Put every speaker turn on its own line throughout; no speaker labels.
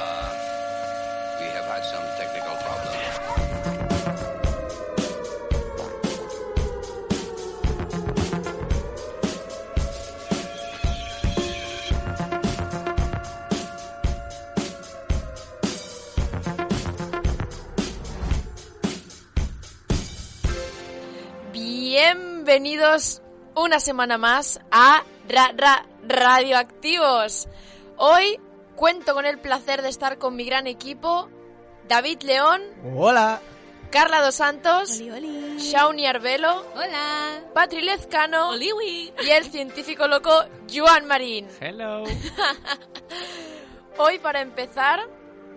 Uh, we have had some technical problems.
Bienvenidos una semana más a Ra- Ra- Radioactivos. Hoy cuento con el placer de estar con mi gran equipo, David León,
Hola.
Carla Dos Santos,
Oli, oli.
Shauni Arbelo,
Hola.
Patri Lezcano
Oliwi.
y el científico loco Joan Marín.
Hello.
Hoy para empezar,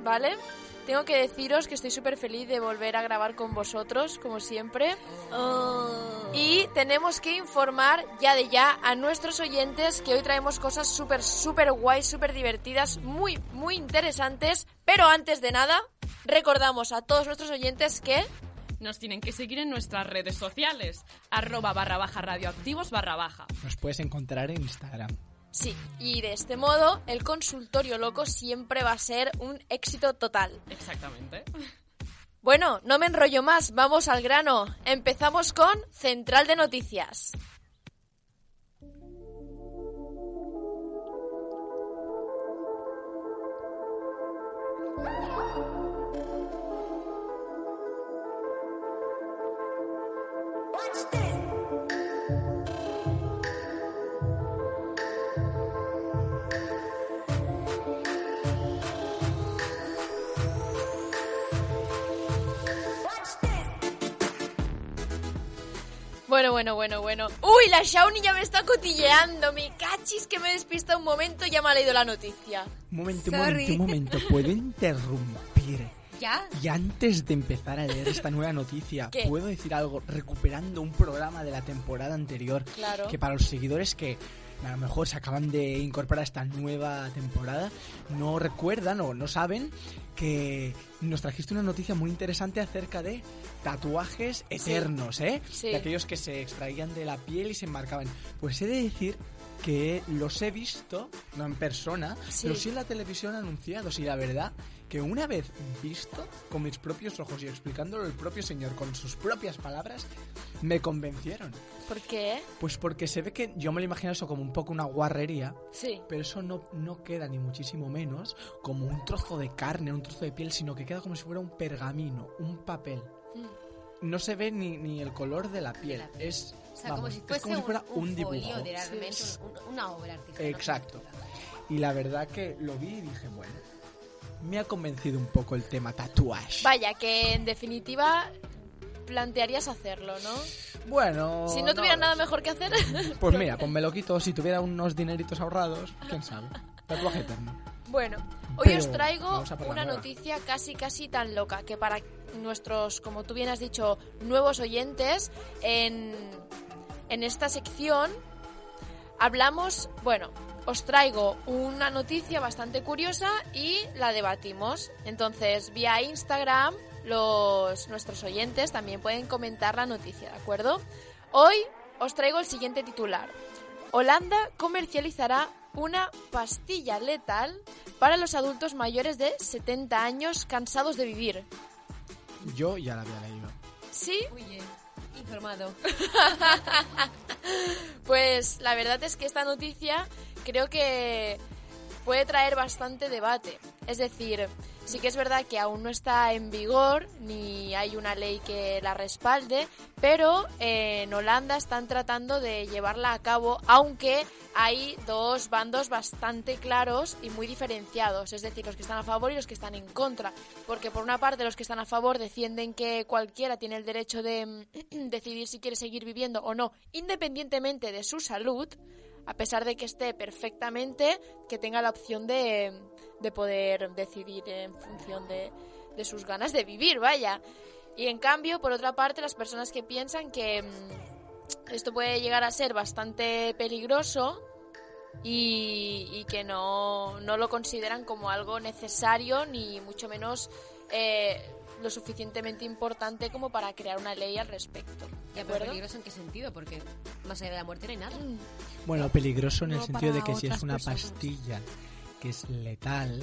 ¿vale? Tengo que deciros que estoy súper feliz de volver a grabar con vosotros, como siempre. Y tenemos que informar ya de ya a nuestros oyentes que hoy traemos cosas súper, súper guays, súper divertidas, muy, muy interesantes. Pero antes de nada, recordamos a todos nuestros oyentes que...
Nos tienen que seguir en nuestras redes sociales. Arroba barra baja radioactivos barra baja.
Nos puedes encontrar en Instagram.
Sí, y de este modo el consultorio loco siempre va a ser un éxito total.
Exactamente.
Bueno, no me enrollo más, vamos al grano. Empezamos con Central de Noticias. Bueno, bueno, bueno, bueno. Uy, la Shauni ya me está cotilleando. Me cachis que me despista un momento y ya me ha leído la noticia.
Un momento, un
Sorry.
momento, un momento. ¿Puedo interrumpir?
¿Ya?
Y antes de empezar a leer esta nueva noticia,
¿Qué?
¿puedo decir algo recuperando un programa de la temporada anterior?
Claro.
Que para los seguidores que a lo mejor se acaban de incorporar a esta nueva temporada, no recuerdan o no saben que nos trajiste una noticia muy interesante acerca de tatuajes eternos, ¿eh?
Sí.
De aquellos que se extraían de la piel y se enmarcaban. Pues he de decir que los he visto, no en persona,
Sí.
pero sí en la televisión anunciados. Y la verdad que una vez visto con mis propios ojos y explicándolo el propio señor con sus propias palabras, me convencieron.
¿Por qué?
Pues porque se ve que yo me lo imagino eso como un poco una guarrería,
Sí.
pero eso no, no queda ni muchísimo menos como un trozo de carne, un trozo de piel, sino que queda como si fuera un pergamino, un papel. No se ve ni, ni el color de la piel,
la piel.
es,
O sea,
vamos,
como si
es
fuese
como si
un-
fuera
un,
un, dibujo.
folio de realmente
Sí.
un- un- una obra artística.
Exacto.
una pintura.
Y la verdad que lo vi y dije, bueno, me ha convencido un poco el tema tatuaje.
Vaya, que en definitiva plantearías hacerlo, ¿no?
Bueno,
si no tuviera
lo
nada
sé.
mejor que hacer.
Pues mira, pues me lo quito. Si tuviera unos dineritos ahorrados, quién sabe. Tatuaje eterno.
bueno, hoy
Pero
os traigo
vamos a por la
una
nueva.
noticia casi, casi tan loca que para nuestros, como tú bien has dicho, nuevos oyentes, en, en esta sección hablamos, bueno, os traigo una noticia bastante curiosa y la debatimos. Entonces, vía Instagram, los nuestros oyentes también pueden comentar la noticia, ¿de acuerdo? Hoy os traigo el siguiente titular. Holanda comercializará una pastilla letal para los adultos mayores de 70 años cansados de vivir.
Yo ya la había leído.
¿Sí?
Muy bien. Informado.
Pues la verdad es que esta noticia creo que puede traer bastante debate. Es decir, sí que es verdad que aún no está en vigor ni hay una ley que la respalde, pero eh, en Holanda están tratando de llevarla a cabo, aunque hay dos bandos bastante claros y muy diferenciados, es decir, los que están a favor y los que están en contra, porque por una parte los que están a favor defienden que cualquiera tiene el derecho de mm, decidir si quiere seguir viviendo o no, independientemente de su salud, a pesar de que esté perfectamente, que tenga la opción de, de poder decidir en función de, de sus ganas de vivir, vaya. Y en cambio, por otra parte, las personas que piensan que mm, esto puede llegar a ser bastante peligroso y, y que no, no lo consideran como algo necesario ni mucho menos eh, lo suficientemente importante como para crear una ley al respecto. ¿De
Ya, pero
acuerdo?
peligroso en qué sentido, porque más allá de la muerte no hay nada.
Mm,
Bueno, peligroso en el
No
sentido de
para
que si es
otras
una
personas.
pastilla que es letal,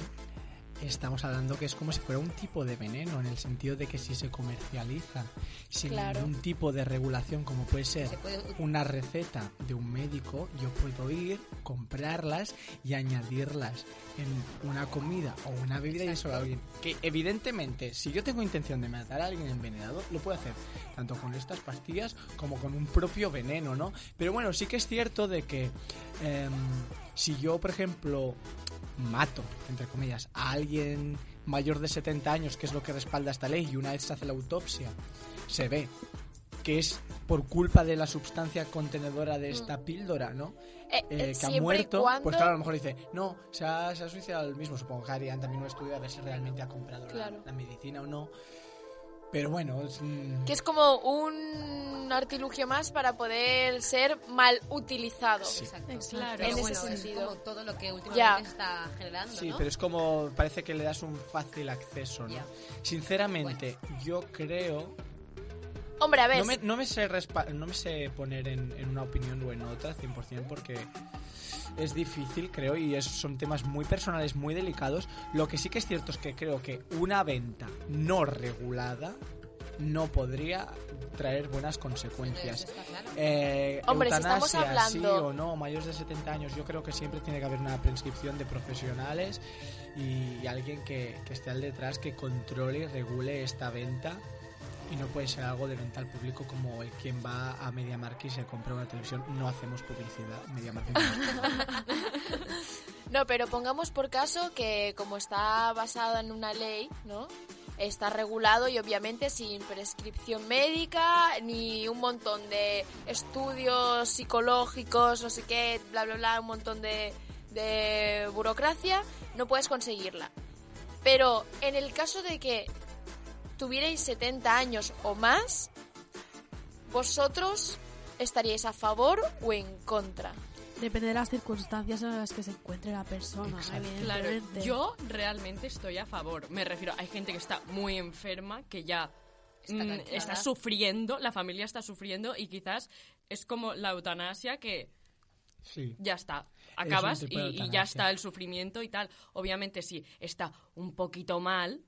estamos hablando que es como si fuera un tipo de veneno, en el sentido de que si se comercializa sin
Claro.
ningún tipo de regulación, como puede ser
Se puede ut-
una receta de un médico, yo puedo ir, comprarlas y añadirlas en una comida o una bebida y eso a alguien. Que evidentemente, si yo tengo intención de matar a alguien envenenado, lo puedo hacer, tanto con estas pastillas como con un propio veneno, ¿no? Pero bueno, sí que es cierto de que em, si yo, por ejemplo, mato, entre comillas, a alguien mayor de 70 años, que es lo que respalda esta ley, y una vez se hace la autopsia, se ve que es por culpa de la sustancia contenedora de esta píldora, ¿no?
Mm. Eh, eh,
Eh, que
siempre
ha
y
muerto,
cuando-
pues claro, a lo mejor dice, no, se ha, se ha suicidado el mismo, supongo que harían también un estudio a ver si realmente ha comprado la-
Claro.
la, medicina o no. Pero bueno, es, mm,
Que es como un artilugio más para poder ser mal utilizado.
Sí.
Exacto.
Claro.
Pero
En ese
bueno,
sentido.
es como todo lo
Eh,
que últimamente
Ya.
está generando,
Sí,
¿no?
pero es como parece que le das un fácil acceso, ¿no?
Ya.
Sinceramente, yo creo
Hombre, a ver,
No me, no me sé respa- no me sé poner en, en una opinión o en otra 100% porque es difícil, creo, y es- son temas muy personales, muy delicados. Lo que sí que es cierto es que creo que una venta no regulada no podría traer buenas consecuencias.
Eso está claro.
Eh,
Hombre, si
eutanasia,
estamos hablando-
Sí o no, mayores de 70 años, yo creo que siempre tiene que haber una prescripción de profesionales y alguien que, que esté al detrás que controle y regule esta venta. Y no puede ser algo de venta al público como el quien va a MediaMarkt y se compra una televisión. No hacemos publicidad, MediaMarkt. no nos paga.
no, pero pongamos por caso que como está basada en una ley, ¿no? Está regulado y obviamente sin prescripción médica ni un montón de estudios psicológicos, no sé qué, bla, bla, bla, un montón de, de burocracia, no puedes conseguirla. Pero en el caso de que tuvierais 70 años o más, vosotros estaríais a favor o en contra.
Depende de las circunstancias en las que se encuentre la persona,
Exacto.
Claro,
evidentemente.
yo realmente estoy a favor. Me refiero, hay gente que está muy enferma, que ya
Está
mm,
cansada.
está sufriendo, la familia está sufriendo y quizás es como la eutanasia que
Sí.
ya está.
un
Acabas y,
tipo de
y ya
eutanasia.
está el sufrimiento y tal. Obviamente sí, está un poquito mal,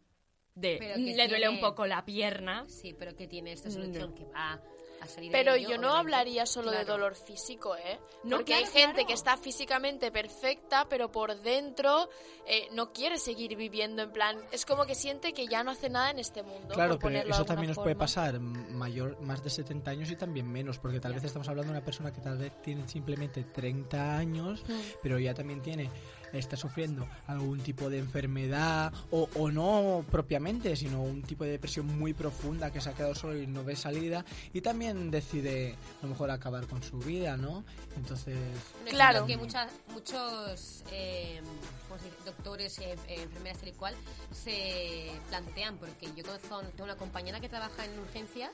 de
Pero
le
que
duele un
tiene-
poco la pierna.
Sí, pero que tiene esta solución que va a salir de
Pero
ello,
yo no
obviamente.
hablaría solo de
Claro.
dolor físico, ¿eh?
No,
Porque hay
claro,
gente
claro.
que está físicamente perfecta, pero por dentro eh, no quiere seguir viviendo, en plan, es como que siente que ya no hace nada en este mundo.
Claro,
por
pero
ponerlo de
eso
alguna
también nos puede
forma.
pasar mayor, más de 70 años y también menos, porque tal vez estamos hablando de una persona que tal vez tiene simplemente 30 años,
Mm.
pero ya también tiene está sufriendo algún tipo de enfermedad o, o no propiamente, sino un tipo de depresión muy profunda que se ha quedado solo y no ve salida y también decide a lo mejor acabar con su vida, ¿no? Entonces,
Bueno, es cierto
Claro.
que mucha- muchos eh, ¿cómo se dice? doctores, eh, eh, enfermeras, tal y cual, se plantean, porque yo conozco a un- tengo una compañera que trabaja en urgencias,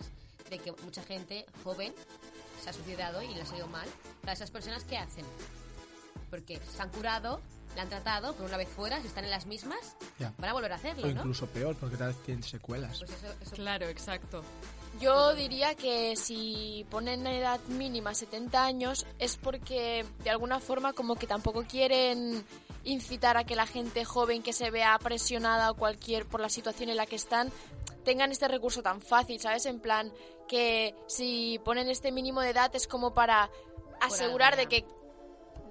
de que mucha gente joven se ha suicidado y le ha salido mal. Claro, esas personas, ¿qué hacen? Porque se han curado, la han tratado, pero una vez fuera, si están en las mismas,
ya.
van a volver a
O
hacerlo, ¿no?
incluso peor, porque tal vez tienen secuelas.
Pues eso, eso-
Claro, exacto.
Yo diría que si ponen la edad mínima 70 años es porque de alguna forma como que tampoco quieren incitar a que la gente joven que se vea presionada o cualquier por la situación en la que están tengan este recurso tan fácil, ¿sabes? En plan que si ponen este mínimo de edad es como para asegurar de
algo,
que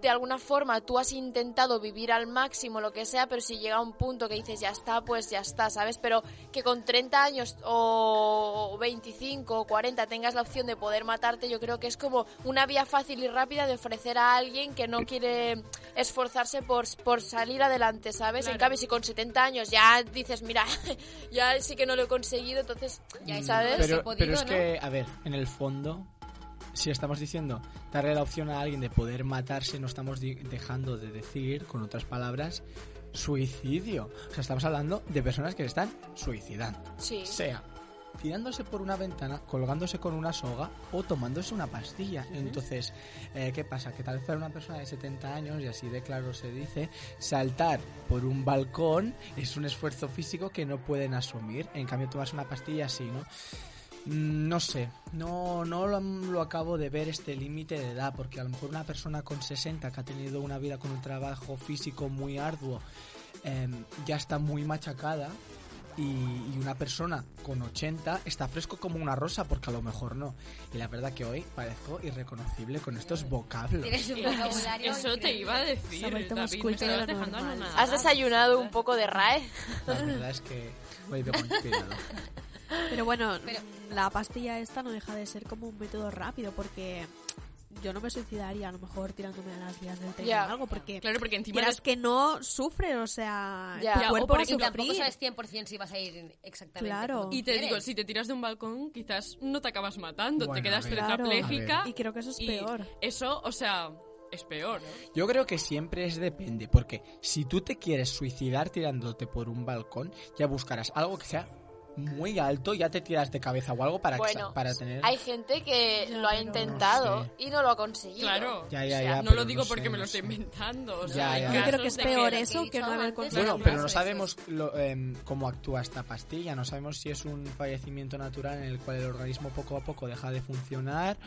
de alguna forma tú has intentado vivir al máximo lo que sea, pero si llega un punto que dices ya está, pues ya está, ¿sabes? Pero que con 30 años o 25 o 40 tengas la opción de poder matarte, yo creo que es como una vía fácil y rápida de ofrecer a alguien que no quiere esforzarse por, por salir adelante, ¿sabes? En
Claro.
cambio, si con 70 años ya dices, mira, ya sí que no lo he conseguido, entonces,
Ya
Mm.
es
¿sabes?
todo,
Pero,
podido,
pero es
¿no?
que, a ver, en el fondo, si estamos diciendo darle la opción a alguien de poder matarse, no estamos di- dejando de decir, con otras palabras, suicidio. O sea, estamos hablando de personas que se están suicidando.
Sí.
Sea tirándose por una ventana, colgándose con una soga o tomándose una pastilla. Entonces, eh, ¿qué pasa? Que tal vez para una persona de 70 años, y así de claro se dice, saltar por un balcón es un esfuerzo físico que no pueden asumir. En cambio, tomarse una pastilla sí, ¿no? Mm, No sé, no, no lo, lo acabo de ver este límite de edad, porque a lo mejor una persona con 60 que ha tenido una vida con un trabajo físico muy arduo em, ya está muy machacada y, y una persona con 80 está fresco como una rosa, porque a lo mejor no. Y la verdad que hoy parezco irreconocible con estos vocablos.
Tienes un vocabulario.
Eso te
increíble.
iba a decir,
Samuel
David,
Thomas
me
Culture
estabas
era
dejando
normal.
anonadada.
¿Has desayunado un poco de RAE?
La verdad es que... Oye, Begoña, cuidado.
Pero bueno,
Pero-
la pastilla esta no deja de ser como un método rápido porque yo no me suicidaría a lo mejor tirándome a las vías del tren
Ya.
o algo porque
Claro, porque encima...
quieras
des-
que no sufre, o sea,
Ya.
tu
Ya, o
cuerpo
por
va a
Y tampoco
sufrir.
sabes 100% si vas a ir exactamente.
Claro.
como tú
Y te digo,
quieres.
si te tiras de un balcón, quizás no te acabas matando,
Bueno,
te quedas
a ver.
tetrapléjica.
Y creo que eso es
y
peor.
Eso, o sea, es peor.
Yo creo que siempre es depende, porque si tú te quieres suicidar tirándote por un balcón, ya buscarás algo que sea muy alto, ya te tiras de cabeza o algo para, que-
Bueno,
para tener...
Hay gente que
Ya,
lo ha
pero-
intentado
No sé.
y no lo ha conseguido.
Claro.
Ya, ya,
o sea,
ya,
no
pero
lo digo
no sé,
porque me
no
lo estoy
sé.
inventando. o
Ya,
sea, hay
ya.
Yo creo que
casos
es
de
peor
que
eso
he
que
dicho
no haber
antes,
conseguido.
Claro,
Bueno, pero
eso
no
es,
sabemos lo, em, cómo actúa esta pastilla, no sabemos si es un fallecimiento natural en el cual el organismo poco a poco deja de funcionar,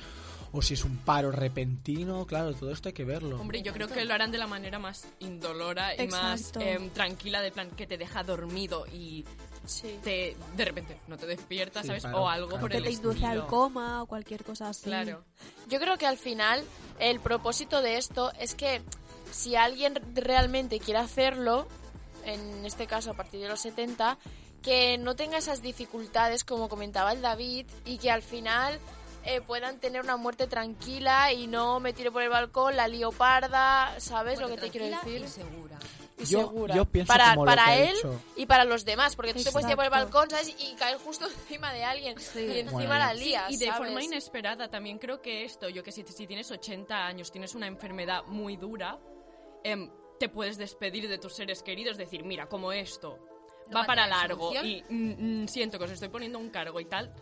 o si es un paro repentino, claro, todo esto hay que verlo.
Hombre, yo creo que lo harán de la manera más indolora y más
Exacto.
em, tranquila, de plan que te deja dormido y
Sí.
te de repente no te despiertas,
Sí,
¿sabes?
claro,
o algo
claro.
por
que
el
te induce al
estilo.
coma o cualquier cosa así.
Claro.
Yo creo que al final el propósito de esto es que si alguien realmente quiere hacerlo, en este caso a partir de los 70, que no tenga esas dificultades como comentaba el David y que al final eh, puedan tener una muerte tranquila y no me tire por el balcón, la leoparda, ¿sabes lo que te quiero
Tranquila
decir?
y segura.
Y
Yo-
segura.
yo pienso
para
como lo
para
que ha
él
hecho.
y para los demás, porque tú te puedes tirar por el
Exacto.
balcón, ¿sabes? Y caer justo encima de alguien. Y encima
Bueno.
la
Sí,
lías,
y de
¿sabes?
forma inesperada también creo que esto, yo que si, si tienes 80 años, tienes una enfermedad muy dura, em, te puedes despedir de tus seres queridos, decir, mira, como esto
No va
va
a
para
tener
largo
solución.
y mm, mm, siento que os estoy poniendo un cargo y tal,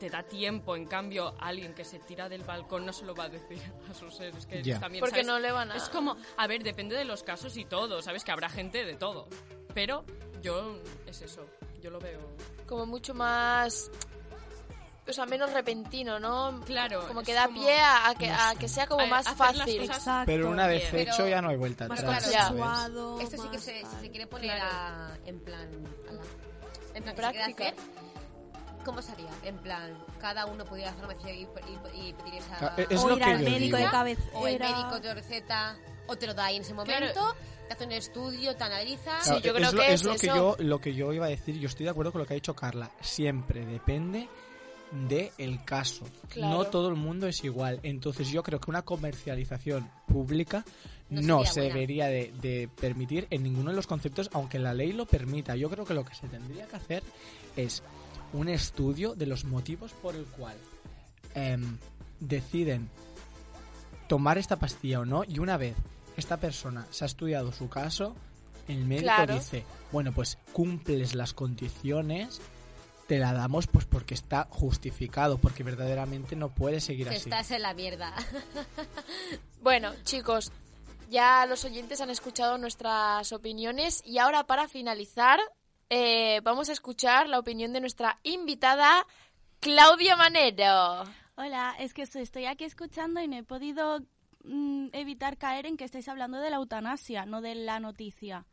te da tiempo. En cambio, alguien que se tira del balcón no se lo va a decir a sus seres queridos
Ya.
también.
Porque
¿sabes?
no le van a...
Es como, a ver, depende de los casos y todo, ¿sabes? Que habrá gente de todo. Pero yo, es eso, yo lo veo.
como mucho más o sea menos repentino no
Claro.
como
es
que da pie a, a que,
no
a
sé.
que sea como
A-
más
hacer las
fácil
cosas-
Exacto.
Pero una vez
Pero-
hecho ya no hay vuelta
más
atrás.
claro,
¿sabes?
consensuado,
Esto sí que
más
se,
tal.
si se quiere poner a- en plan. a la- en plan, que se quiere
práctica.
hacer, ¿Cómo sería? En plan, cada uno pudiera hacer una receta y, y- y pedir esa.
Ca- Es
o
lo
ir
que
al
yo
médico de
digo.
cabecera.
o el médico te receta, o te lo da ahí en ese momento, te hace un estudio, te analiza.
Sí, yo
Claro,
creo
es lo,
que
es
es
lo que
eso.
yo lo que yo iba a decir, yo estoy de acuerdo con lo que ha dicho Carla, siempre depende de el caso.
Claro.
No todo el mundo es igual, entonces yo creo que una comercialización pública
No
no,
sería
se
buena.
debería de, de permitir en ninguno de los conceptos, aunque la ley lo permita. Yo creo que lo que se tendría que hacer es un estudio de los motivos por el cual em, deciden tomar esta pastilla o no y una vez esta persona se ha estudiado su caso, el médico
Claro.
dice, bueno, pues cumples las condiciones, te la damos pues porque está justificado, porque verdaderamente no puede seguir
que
así.
estás en la mierda.
bueno chicos ya los oyentes han escuchado nuestras opiniones y ahora para finalizar eh, vamos a escuchar la opinión de nuestra invitada Claudia Manero
Hola, es que so- estoy aquí escuchando y no he podido mm, evitar caer en que estáis hablando de la eutanasia, no de la noticia.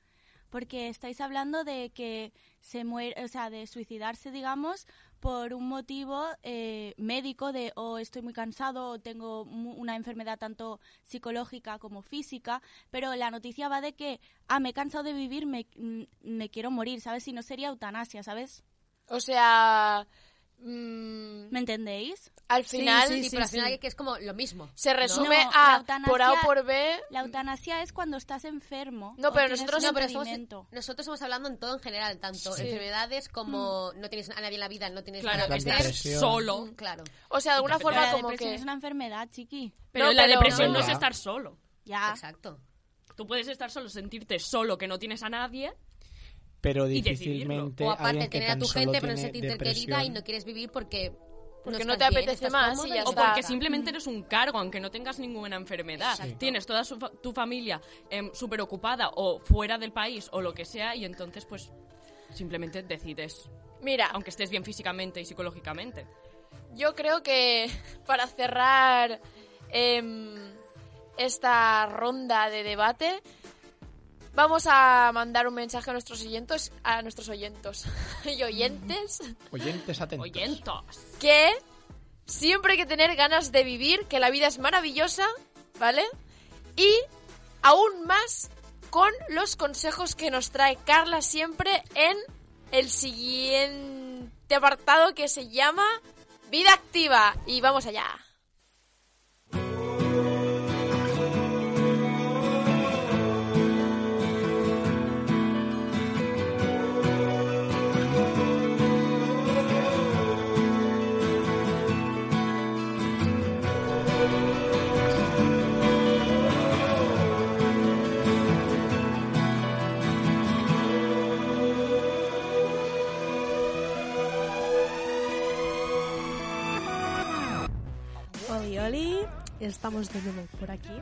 Porque estáis hablando de que se muere, o sea, de suicidarse, digamos, por un motivo eh, médico de o estoy muy cansado o tengo mu- una enfermedad tanto psicológica como física, pero la noticia va de que, ah, me he cansado de vivir, me, mm, me quiero morir, ¿sabes? Si no sería eutanasia, ¿sabes?
o sea mm,
¿Me entendéis?
al
Sí,
final
Sí,
Sí,
pero al
sí.
final que es como lo mismo.
se resume
No, la
a
eutanasia-
por A o por B
La eutanasia es cuando estás enfermo.
No,
o
pero
tienes un
nosotros- no,
No, pero estamos,
impedimento.
nosotros estamos hablando en todo en general, tanto
Sí. Mm.
enfermedades como no tienes a nadie en la vida, no tienes
Claro,
nada que
estar
hacer. Mm,
depresión.
solo.
Claro.
o sea de alguna
Pero
Pero
forma
la
como
depresión
que
es una enfermedad, chiqui.
Pero
No,
la
pero-
depresión no es
Venga.
estar solo.
Ya.
Exacto.
Tú puedes estar solo, sentirte solo, que no tienes a nadie.
Pero
Y decidirlo.
difícilmente
O aparte,
alguien que
tener a
tan
tu
solo
gente, pero no
tiene
sentirte querida y
depresión-
no quieres vivir porque.
Porque no
estás
te
bien,
apetece
estás
más
cómodo
y ya
O
está.
porque simplemente eres un cargo, aunque no tengas ninguna enfermedad.
Exacto.
Tienes toda su fa- tu familia súper ocupada o fuera del país o lo que sea y entonces pues simplemente decides,
mira
aunque estés bien físicamente y psicológicamente.
Yo creo que para cerrar em, esta ronda de debate, vamos a mandar un mensaje a nuestros oyentes, a nuestros oyentes y oyentes,
Oyentes atentos.
Oyentos.
que siempre hay que tener ganas de vivir, que la vida es maravillosa, ¿vale? Y aún más con los consejos que nos trae Carla siempre en el siguiente apartado que se llama Vida Activa. Y vamos allá.
Oli, oli, estamos de nuevo por aquí.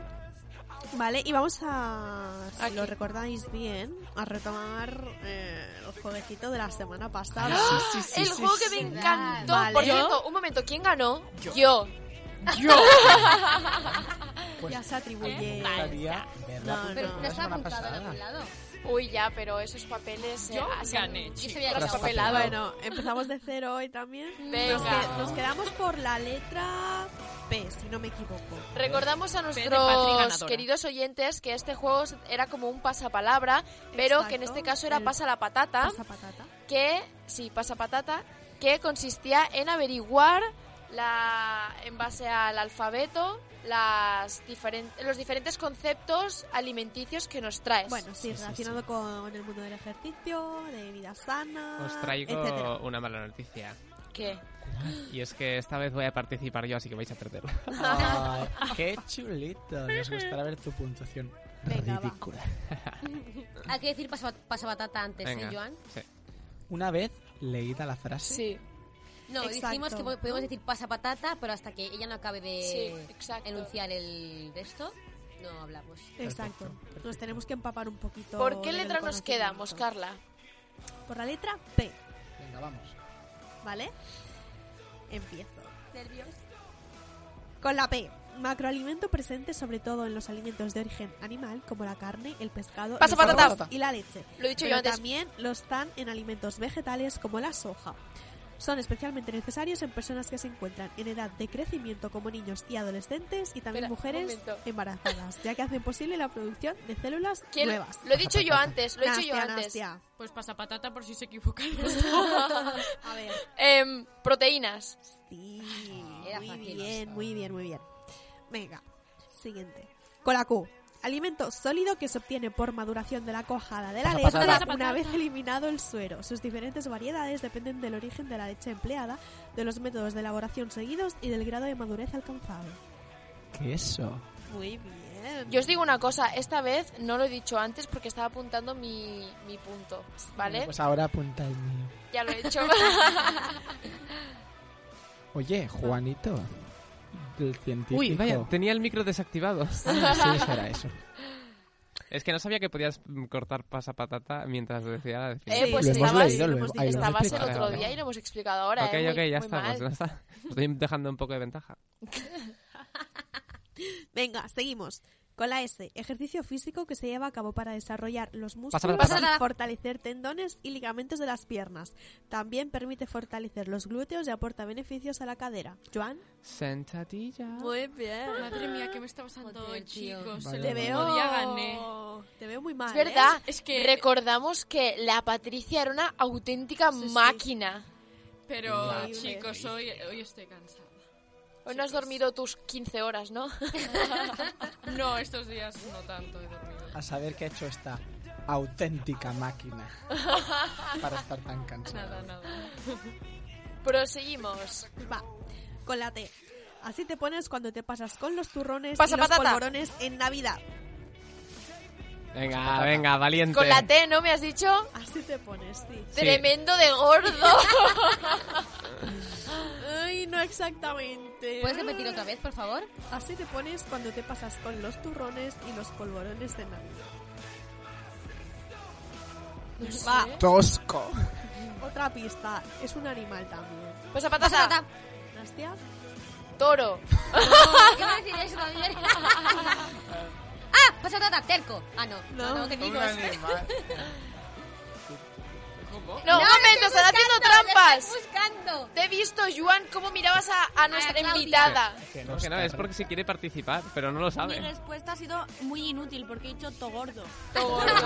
Vale, y vamos a, si
Aquí.
lo recordáis bien, a retomar eh, el jueguecito de la semana pasada.
¡Ah! el juego que me encantó.
Vale.
Por cierto, un momento, ¿quién ganó? Yo.
Pues,
Ya se
Eh,
atribuye.
me gustaría verla,
No,
porque
Pero
no,
la
no estaba
semana
apuntado en
pasada.
algún lado.
Uy, ya, pero esos papeles... eh,
Yo
así-
gané,
Yo
chicos.
sabía que estaba
Traspapelado.
apuntado.
Bueno, empezamos de cero hoy también.
Venga.
Nos, que- nos quedamos por la letra P, si no me equivoco.
Recordamos a
de Patri
nuestros
ganadora.
queridos oyentes que este juego era como un pasapalabra, pero que en
Exacto,
este caso era
el
pasa la patata,
Pasa patata.
que sí, pasa patata, que consistía en averiguar la en base al alfabeto las diferen- los diferentes conceptos alimenticios que nos traes.
Bueno,
sí,
sí, relacionado con el mundo del ejercicio, de vida sana,
Os traigo
etcétera.
una mala noticia.
¿qué?
Y es que esta vez voy a participar yo, así que vais a perder.
Ay, qué chulito. Nos gustará ver tu puntuación.
Venga, va.
Ridícula.
Hay que decir pasa- pasabatata antes, ¿eh,
Venga.
Joan?
Sí.
Una vez leída la frase,
Sí,
No,
Exacto.
dijimos que po- podemos decir pasapatata, pero hasta que ella no acabe
sí,
de
exacto.
enunciar el de esto, no hablamos.
Exacto. Nos tenemos que empapar un poquito.
¿Por qué
del
letra nos
conocimiento.
quedamos, Carla?
Por la letra P,
venga, vamos.
¿vale? Empiezo.
¿Nervios?
Con la P. Macroalimento presente sobre todo en los alimentos de origen animal, como la carne, el pescado,
Pasa
los
patata.
huevos y la leche.
Lo he dicho yo
pero
antes.
también lo están en alimentos vegetales como la soja. Son especialmente necesarios en personas que se encuentran en edad de crecimiento como niños y adolescentes y también
Espera, un
mujeres
momento.
embarazadas, ya que hacen posible la producción de células
¿Quién-
nuevas.
Lo he dicho yo antes, lo he dicho yo
Nastia,
antes.
Nastia.
Pues pasa patata por si se equivocan.
A ver.
Em, proteínas.
Sí,
Era
muy
fácil.
bien, muy bien, muy bien. Venga, siguiente. Con la Q. Alimento sólido que se obtiene por maduración de la cuajada de la
patata.
leche
Pasa
una
patata.
vez eliminado el suero. Sus diferentes variedades dependen del origen de la leche empleada, de los métodos de elaboración seguidos y del grado de madurez alcanzado.
Queso.
Muy bien.
Yo os digo una cosa, esta vez no lo he dicho antes porque estaba apuntando mi, mi punto, ¿vale?
Pues ahora apunta el mío.
Ya lo he hecho.
Oye, Juanito, el científico.
Uy, vaya, tenía el micro desactivado.
Ah, sí, será eso.
Es que no sabía que podías mm, cortar pasapatata mientras decía la definición.
eh, pues
lo hemos
estabas,
leído, lo
hemos
hemos-
dicho.
ahí lo hemos
estabas el
explicado.
otro
Vale,
día
vale.
y lo hemos explicado ahora,
ok,
¿eh?
ok,
Muy-
ya
muy
estamos.
mal.
Ya está. Estoy dejando un poco de ventaja.
Venga, seguimos. Con la S, ejercicio físico que se lleva a cabo para desarrollar los músculos
Pasa,
pasa, pasa.
y fortalecer tendones y ligamentos de las piernas. También permite fortalecer los glúteos y aporta beneficios a la cadera. Joan,
Sentadilla.
muy bien.
Ah. Madre mía, ¿qué me está pasando hoy,
Joder, tío.
chicos?
Vale,
El
Te
vale.
último
veo.
día gané.
Te veo muy mal. ¿eh?
Es verdad,
Es que-
recordamos que la Patricia era una auténtica
Sí, sí.
máquina.
Pero,
Increíble.
chicos, hoy, hoy estoy cansada.
Hoy no has dormido tus 15 horas, ¿no?
No, estos días no tanto he dormido.
A saber qué ha hecho esta auténtica máquina para estar tan
Nada,
cansada.
nada.
Proseguimos.
¿eh? Va, con la T. Así te pones cuando te pasas con los turrones
Pasa
y los
patata.
polvorones en Navidad.
Venga, venga, valiente.
Con la T, ¿no me has dicho?
Así te pones, sí.
Sí.
Tremendo de gordo.
Ay, no exactamente.
¿Puedes repetir otra vez, por favor?
Así te pones cuando te pasas con los turrones y los polvorones de Navidad. Va,
Tosco.
otra pista. Es un animal también.
Pasa patata.
Patata.
Dinastía?
Toro.
¿Qué va a decir eso también? ¡Ah! Patata, terco. Ah, no. No, no, que digo.
¿Cómo?
No, un momento, están haciendo trampas.
Estoy buscando.
Te he visto, Juan, cómo mirabas a, a nuestra
Claudia.
invitada.
Que
No, que no, es porque si quiere participar, pero no lo
Mi
sabe.
respuesta ha sido muy inútil porque he dicho togordo.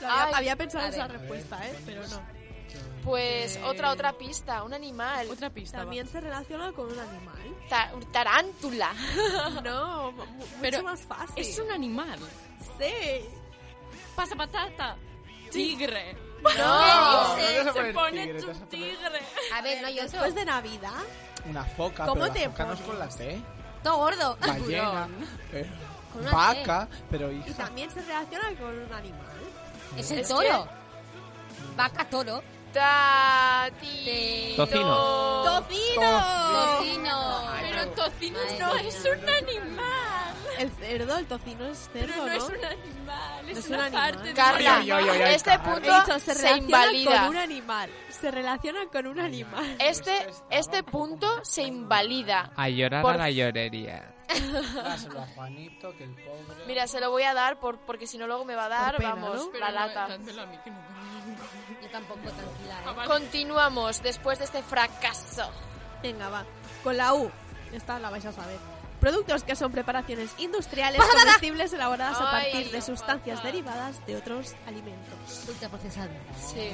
Lo había,
Ay,
había pensado en
a
esa
ver.
respuesta, ¿eh? Pero no.
Pues
Eh.
otra, otra pista, un animal.
Otra pista. va.
También se relaciona con un animal.
Ta- tarántula.
No, mu- mucho
Pero
más fácil.
Es un animal.
Sí.
Pasa patata. Tigre.
No.
¿Qué dices?
no
Se
te vas a
pone
poner tigre, te vas
un
a poner
tigre.
A ver, no hay otro.
Después de Navidad,
Una foca,
¿Cómo
pero
te
la foca no es
pones?
con la T.
Todo gordo.
Ballena, eh,
Con una
vaca, pero
y
hija.
también se relaciona con un animal.
Es el
Es que-
toro. Vaca, toro.
Tatito.
Tocino.
Tocino.
Pero tocino
Madre
no
mía.
es un animal.
El cerdo, el tocino es cerdo,
Pero no
¿no?
es un animal. Es
No es un
una
animal.
parte de
Carla,
Oye, oye, oye, oye,
este
Carla.
He
punto
dicho, se
se,
relaciona
invalida.
con un animal. Se relaciona con un animal.
Este, este punto se invalida.
A llorar
Por-
a la llorería.
Dáselo a Juanito, que el pobre.
Mira, se lo voy a dar por, porque si no luego me va a dar,
Por pena,
vamos,
¿no?
Pero
la
no,
lata.
dándelo a mí, que nunca me lo han dado.
Yo tampoco, tranquila.
Ah,
¿eh?
vale.
Continuamos después de este fracaso.
Venga, va. Con la U. Esta la vais a saber. Productos que son preparaciones industriales comestibles elaboradas a
Ay,
partir de
no,
sustancias
papá.
derivadas de otros alimentos.
Ultraprocesado.
Sí.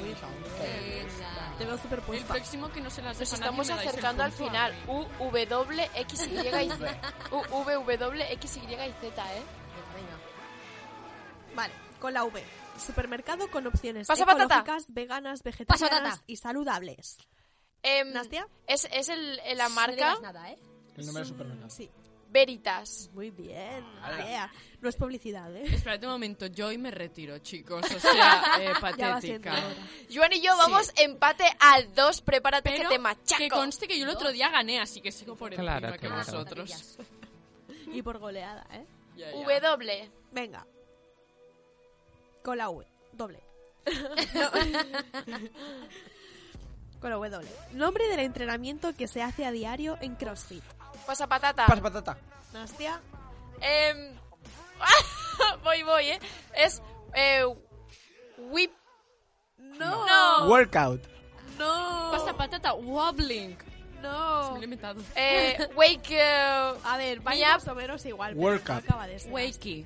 Te veo
El
superpuesta.
próximo que no se Eh, las
Nos
deja nadie
estamos
me dais ¿eh? el
acercando al
punto a
final.
mí.
U, W, X, Y y Z. U, W, X, Y y Z, ¿eh?
Venga.
Vale, con la V. Supermercado con opciones
Pasa patata.
ecológicas, veganas, vegetarianas
patata.
y saludables.
Em,
¿Nastia?
es es el, el- la
No digas
marca
nada, ¿eh?
El nombre del supermercado.
Sí,
Veritas.
muy bien.
Ala.
Yeah. No es publicidad, ¿eh?
Esperad un momento, yo hoy me retiro, chicos. O sea, eh,
Ya va siendo
patética.
hora.
Joan y yo vamos empate a dos. Prepárate que
Pero
te machaco.
que conste que yo el otro día gané, así que sigo por encima
Claro,
que
claro.
vosotros.
Y por goleada, ¿eh?
Ya, ya.
W.
Venga. Con la V. Doble. No. Con la W doble. Nombre del entrenamiento que se hace a diario en CrossFit.
Pasa patata.
Pasa patata.
Nastia.
Em, voy, voy, ¿eh? Es... Eh, whip.
No.
No.
Workout.
No.
Pasta patata, wobbling. Se me
No.
lo he inventado.
Eh, wake... eh,
A ver,
Mia-
vaya más o menos igual. pero
Workout.
no acaba de ser.
Wakey.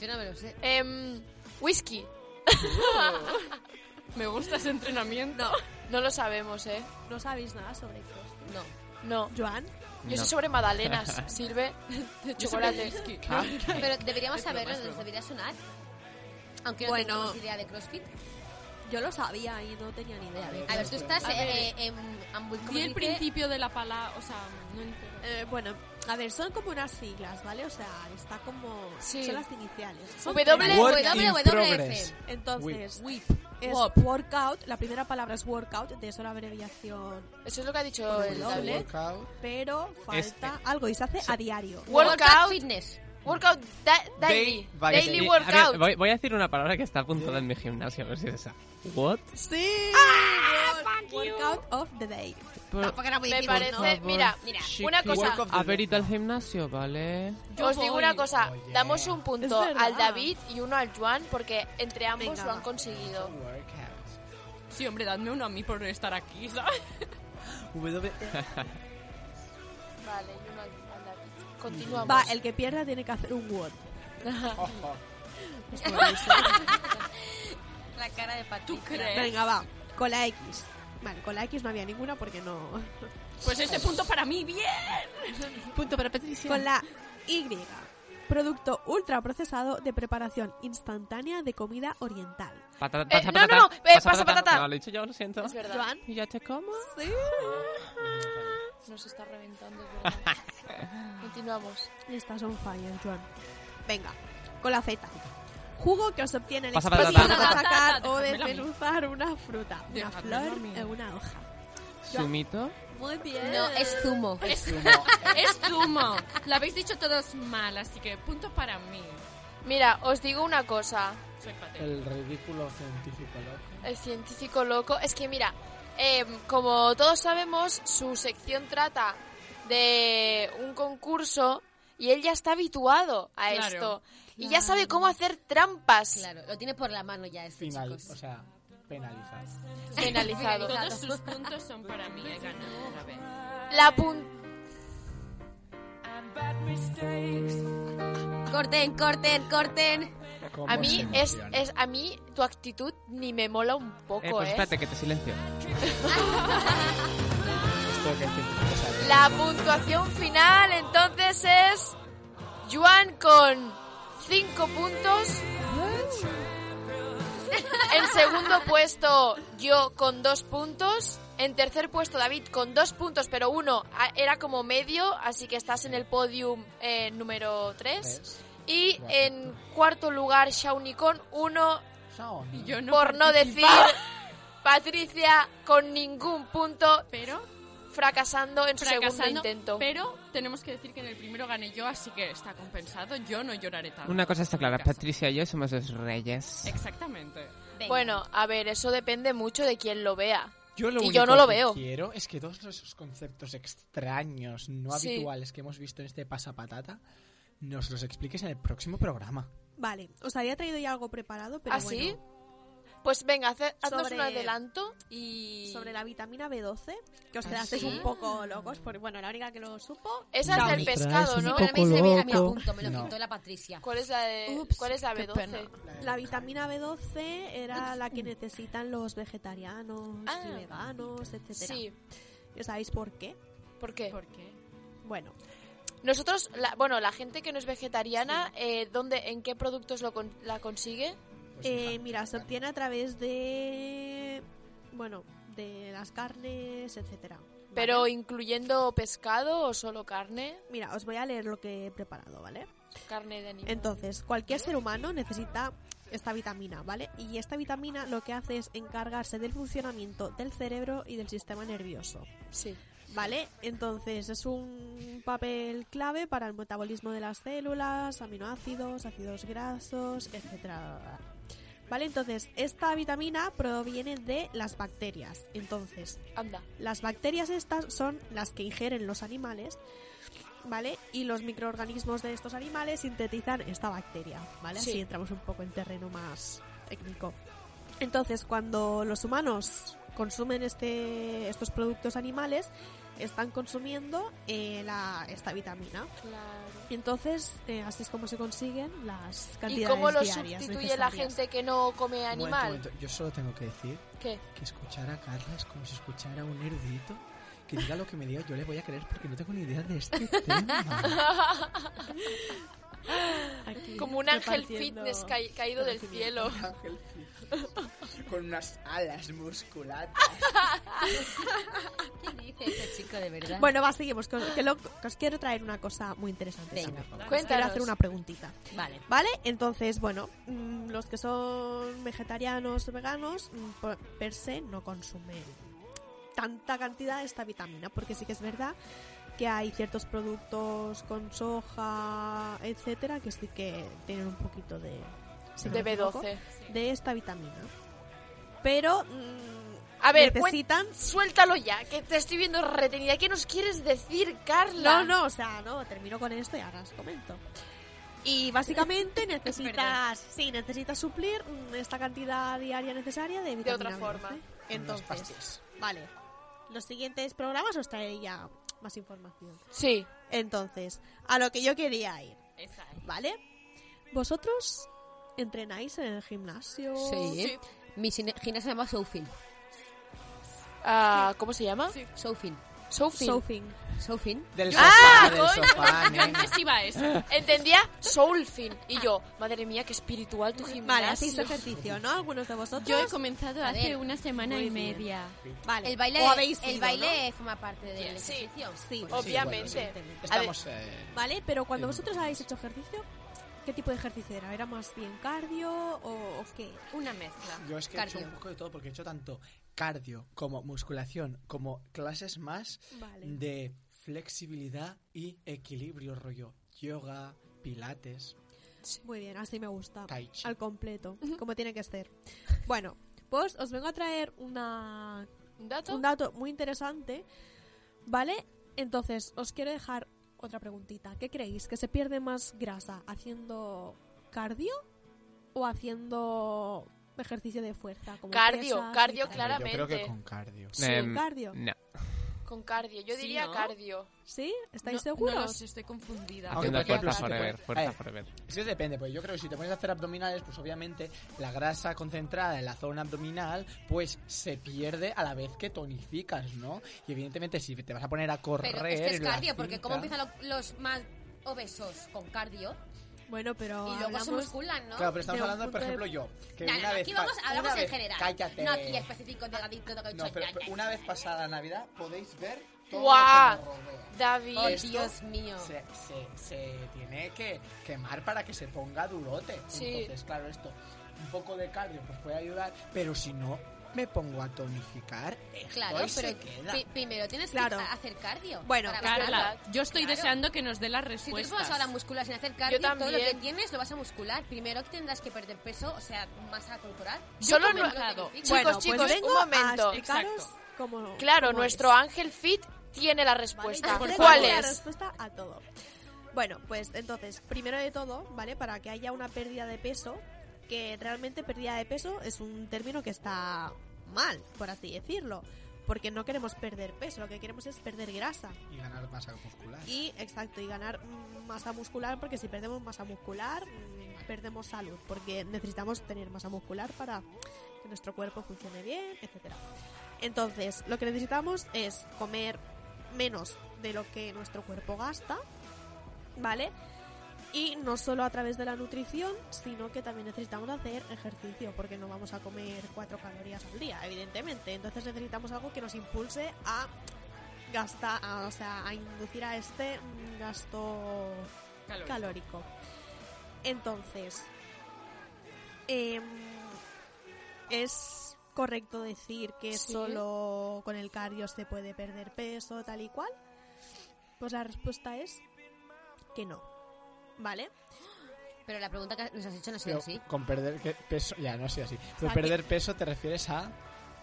Yo no me lo sé.
em, whisky.
Me gusta ese entrenamiento.
No lo sabemos, ¿eh?
No sabéis nada sobre CrossFit.
No.
No.
Joan.
Yo
No.
sé sobre magdalenas. Sirve de
Yo siempre
chocolate.
whisky.
Ah. Pero deberíamos
Es broma,
saberlo,
es
nos
broma.
debería sonar. Aunque no
Bueno.
tengamos idea de CrossFit.
Yo lo sabía y no tenía ni idea.
A ver, tú estás
A
eh, eh, en... ambul- ¿cómo
Di
se
el
dice?
principio de la palabra, o sea, no entero.
Eh, bueno, a ver, son como unas siglas, ¿vale? O sea, está como...
Sí.
Son las iniciales. Son
W,
tres.
W,
Work in
WWF.
progress.
Entonces,
Whip.
es
Wop.
workout, la primera palabra es workout, de eso la abreviación,
Eso es lo que ha dicho el
Doble.
David.
Workout.
pero falta
Este.
algo y se hace a diario.
Workout.
Fitness.
Workout da- daily.
Day- by
Daily
Y- a ver,
workout.
voy, voy a decir una palabra que está apuntada en mi gimnasio, a ver si es esa. What?
Sí.
Ah,
Work- workout of the day.
Tampoco era muy
Me
difícil, ¿no?
parece. Mira,
Mira.
una cosa.
A ver, al gimnasio, ¿vale?
Yo
os digo
voy.
una cosa.
Oye.
Damos un punto
Es verdad.
al David y uno al Juan porque entre ambos
Venga,
lo han
va.
conseguido.
Workout.
Sí, hombre, dadme uno a mí por estar aquí, ¿sabes?
W.
Vale, y uno al, al David. Continuamos.
Va, el que pierda tiene que hacer un word.
Ojo.
Os podéis-
La cara de Patricia.
¿Tú crees?
Venga, va, con la X. Vale, con la X no había ninguna porque no...
Pues este punto para mí, bien.
Punto para Patricia.
Con la Y. Producto ultraprocesado de preparación instantánea de comida oriental.
Patata,
Eh, no, no, no, eh, pasa patata.
No, lo he dicho yo, lo siento.
Es verdad.
¿Y ya te como?
Sí.
Nos está reventando, es verdad. Continuamos.
Estás on fire, Joan. Venga, con la Z. Jugo que os obtiene el
Pasa
experto
patata.
para
Patata,
sacar o
dejadmela a mí.
desmenuzar una fruta, una
Dejadmela a
flor
mí.
o una hoja.
Sumito. Eh,
Muy bien.
No, es zumo.
Es zumo. La habéis dicho todos mal, así que punto para mí.
Mira, os digo una cosa.
Soy patética.
El ridículo científico, loco.
El científico loco. Es que mira, Eh, como todos sabemos, su sección trata de un concurso y él ya está habituado a
Claro,
esto. Y ya sabe
claro.
cómo hacer trampas.
Claro, lo tiene por la mano ya este,
Final,
chicos.
o sea, penalizado.
Penalizado.
Todos sus puntos son para mí, he ganado otra vez.
La pun-
Corten, corten, corten.
a mí es, es a mí tu actitud ni me mola un poco,
Eh, pues
¿eh?
espérate, que te silencio.
Esto que hay que empezar a saber.
La puntuación final entonces es Juan con 5 puntos. En segundo puesto yo con 2 puntos. En tercer puesto David con 2 puntos, pero uno a- era como medio, así que estás en el podium eh, número 3.
¿Ves?
Y en cuarto lugar Shauni con 1,
Shawn.
Y yo no
por no decir
participaba,
Patricia con ningún punto,
Pero,
fracasando en su segundo
fracasando,
intento.
pero tenemos que decir que en el primero gané yo, así que está compensado. Yo no lloraré tanto.
Una cosa está clara,
Nunca.
Patricia y yo somos los reyes.
Exactamente.
Venga.
Bueno, a ver, eso depende mucho de quien lo vea.
Yo lo
Y
único
yo no lo
que
veo.
quiero es que todos esos conceptos extraños, no
Sí.
habituales que hemos visto en este pasapatata, nos los expliques en el próximo programa.
Vale, os había traído ya algo preparado, pero
¿Ah, sí?
bueno,
Pues venga, hace- haznos
Sobre-
un adelanto.
y...
sobre la vitamina B12, que os
¿Ah,
quedasteis
sí?
un poco locos, porque bueno, la única que lo supo...
Esa es
Shauni.
del pescado, ¿no?
Bueno, a mí se me, a mí me apunto, me lo
No.
quitó la Patricia.
¿Cuál es la de
Ups,
cuál es la
qué
B12?
La vitamina B12 era la que necesitan los vegetarianos
Ah.
y veganos, etcétera.
Sí,
¿Y ¿Sabéis por qué?
¿por qué?
¿Por qué?
Bueno,
Nosotros, la- bueno, la gente que no es vegetariana, eh, ¿dónde, en qué productos lo con- la consigue?
eh, mira, se obtiene a través de... Bueno, de las carnes, etcétera. ¿vale?
Pero incluyendo pescado o solo carne,
Mira, os voy a leer lo que he preparado, ¿vale?
carne de animal.
Entonces, cualquier ser humano necesita esta vitamina, ¿vale? Y esta vitamina lo que hace es encargarse del funcionamiento del cerebro y del sistema nervioso,
Sí.
¿vale? Entonces, es un papel clave para el metabolismo de las células, aminoácidos, ácidos grasos, etcétera. ¿Vale? Entonces, esta vitamina proviene de las bacterias. Entonces,
Anda.
las bacterias estas son las que ingieren los animales, ¿vale? Y los microorganismos de estos animales sintetizan esta bacteria, ¿vale?
Sí.
Así entramos un poco en terreno más técnico. Entonces, cuando los humanos consumen este, estos productos animales, están consumiendo eh, la- esta vitamina.
Claro.
Y entonces, eh, así es como se consiguen las cantidades
¿Y cómo lo
diarias
sustituye la
necesarias.
gente que no come
Un momento, un
animal?
momento. Yo solo tengo que decir
¿Qué?
que escuchar a Carla es como si escuchara a un erudito que diga lo que me diga, yo le voy a creer porque no tengo ni idea de este tema.
Aquí
Como un ángel
repartiendo
fitness cai- caído del
conocimiento.
cielo.
Con unas alas musculadas.
¿Qué dice este chico de verdad?
Bueno, va, seguimos. Que, os- que lo- que os quiero traer una cosa muy interesante.
Venga,
también. Os Quiero
cuéntanos.
hacer una preguntita.
vale.
¿Vale? Entonces, bueno, mm, los que son vegetarianos o veganos, mm, por- per se, no consumen tanta cantidad de esta vitamina. Porque sí que es verdad que hay ciertos productos con soja, etcétera, que sí que tienen un poquito de. si no
De
me equivoco,
B12.
De esta vitamina. Pero. mm,
A ver, cuen-
necesitan
Suéltalo ya, que te estoy viendo retenida. ¿Qué nos quieres decir, Carla?
No, no, o sea, no, termino con esto y ahora os comento. Y básicamente necesitas, sí, necesitas suplir mm, esta cantidad diaria necesaria de vitamina
otra
B12.
forma.
Entonces, vale. Los siguientes programas os traeré ya más información.
Sí.
Entonces, a lo que yo quería ir,
Esa es.
¿vale? ¿Vosotros entrenáis en el gimnasio?
Sí. Mi cine- gimnasia se llama Soufin.
Ah, ¿Cómo se llama?
Sí.
Soufin.
Sophie.
Surfing.
Soufin.
Del sofá,
¡Ah,
del
coño!
sofá,
Yo
nena.
antes iba a esa.
Entendía Soulfin. Y yo, madre mía, qué espiritual tu gimnasio.
Vale, hacéis ejercicio, ¿no? Algunos de vosotros.
Yo he comenzado
A ver,
hace una semana
muy
y
bien.
media.
Vale.
El baile,
¿O habéis
el
ido,
baile forma parte del
Sí.
ejercicio.
¿no? Sí.
Pues sí,
Obviamente.
bueno, sí.
Estamos... eh,
Vale, pero cuando
Sí.
vosotros habéis hecho ejercicio, ¿qué tipo de ejercicio era? ¿Era más bien cardio o, o qué?
Una mezcla.
Yo es que he hecho
Cardio.
un poco de todo porque he hecho tanto cardio como musculación como clases más
Vale.
de flexibilidad y equilibrio rollo yoga, pilates,
Muy bien, así me gusta.
tai chi.
Al completo, como tiene que ser. Bueno, pues os vengo a traer una
¿Un dato?
un dato muy interesante, ¿vale? Entonces, os quiero dejar otra preguntita. ¿Qué creéis? ¿Que se pierde más grasa haciendo cardio o haciendo ejercicio de fuerza? Como
Cardio,
pesas y
cardio,
tal?
claro.
Yo creo
claramente.
que con cardio.
Sí,
Em,
cardio.
No.
Con cardio. Yo
Sí,
diría
¿no?
cardio.
¿Sí? ¿Estáis
no,
seguros?
No lo sé, estoy confundida.
Aunque,
Haciendo
por ejemplo,
fuerza
pues,
sí que
forever,
puede-
fuerza
Eh,
forever.
Es que depende, pues yo creo que si te pones a hacer abdominales, pues obviamente la grasa concentrada en la zona abdominal, pues se pierde a la vez que tonificas, ¿no? Y evidentemente si te vas a poner a correr...
Pero es que es
en la
cardio, porque ¿cómo
cinta-
empiezan lo- los más obesos con cardio?
Bueno, pero
Y luego se
hablamos-
musculan, ¿no?
Claro, pero estamos
de un
hablando, por
punto de-
ejemplo, yo. Que
No, no,
una
no,
vez
aquí
pa-
vamos, hablamos
una
en
vez-
general.
Cállate.
No aquí específico, delgadito, todo que
No, pero una vez pasada Navidad podéis ver todo
¡Guau!
lo que nos rodea.
David.
Oh,
esto-
Dios mío.
Se, se, se tiene que quemar para que se ponga durote.
Sí.
Entonces, claro, esto, un poco de cardio pues puede ayudar, pero si no me pongo a tonificar, esto
Claro,
ahí se
pero
queda.
pri- primero tienes
Claro.
que hacer cardio.
Bueno,
para
Carla,
bajarla.
yo estoy
Claro.
deseando que nos dé las
Si tú
respuestas.
vas ahora a muscular sin hacer cardio,
Yo también.
todo lo que tienes lo vas a muscular. Primero que tendrás que perder peso, o sea, masa corporal.
Yo
Solo
como
no-
he empezado.
Chicos,
Bueno,
chicos,
pues
un
vengo
momento.
a explicaros
Exacto.
cómo-
Claro,
cómo
nuestro
es. pues
ángel fit tiene la respuesta.
Por
Tengo
Pues, ¿Cuál
la
es?
respuesta a todo. Bueno, pues entonces, primero de todo, ¿vale? Para que haya una pérdida de peso, que realmente pérdida de peso es un término que está mal, por así decirlo. Porque no queremos perder peso, lo que queremos es perder grasa.
Y ganar masa muscular.
Y, exacto, y ganar mm, masa muscular, porque si perdemos masa muscular, mm, perdemos salud, porque necesitamos tener masa muscular para que nuestro cuerpo funcione bien, etcétera. Entonces, lo que necesitamos es comer menos de lo que nuestro cuerpo gasta, ¿vale? Y no solo a través de la nutrición, sino que también necesitamos hacer ejercicio, porque no vamos a comer 4 calorías al día, evidentemente. Entonces necesitamos algo que nos impulse a gastar, a- o sea, a inducir a este mm, gasto
Calor.
calórico. Entonces, em, es correcto decir que
Sí.
solo con el cardio se puede perder peso, tal y cual. Pues la respuesta es que no. ¿Vale?
Pero la pregunta que nos has hecho no ha sido
Pero
así.
Con perder que- peso, ya no sé así. Pero
sea,
perder peso te refieres a.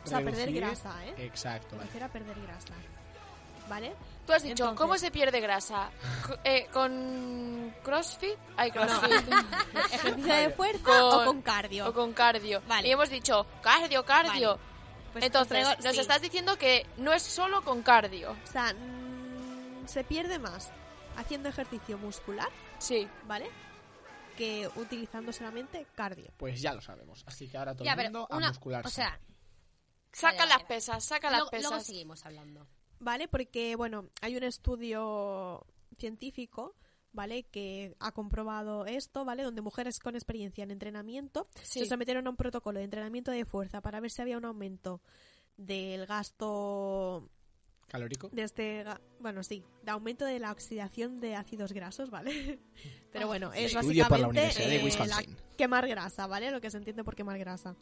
O sea, perder
reducir-
grasa, ¿eh?
Exacto,
Me
vale.
refiero a perder grasa. ¿Vale?
Tú has dicho,
Entonces-
¿cómo se pierde grasa? Co- eh, ¿Con crossfit? Ay, crossfit.
¿Ejercicio de fuerza
Con-
o con cardio?
o con cardio.
Vale.
Y hemos dicho, cardio, cardio.
Pues
Entonces,
os traigo-
nos
sí.
estás diciendo que no es solo con cardio.
O sea, mm, se pierde más haciendo ejercicio muscular,
Sí.
¿vale? Que utilizando solamente cardio.
Pues ya lo sabemos. Así que ahora todo
Ya,
el
pero
mundo a
una,
muscularse.
o sea,
Saca
Vale,
las
vale.
pesas, saca las
luego,
pesas.
luego seguimos hablando.
¿Vale? Porque, bueno, hay un estudio científico, ¿vale? Que ha comprobado esto, ¿vale? Donde mujeres con experiencia en entrenamiento
Sí.
se sometieron a un protocolo de entrenamiento de fuerza para ver si había un aumento del gasto
¿Calórico?
de este... ga- Bueno, sí, de aumento de la oxidación de ácidos grasos, ¿vale? Pero bueno, es
Estudio
básicamente
por la Universidad de
eh, la
Wisconsin.
quemar grasa, ¿vale? Lo que se entiende por quemar grasa.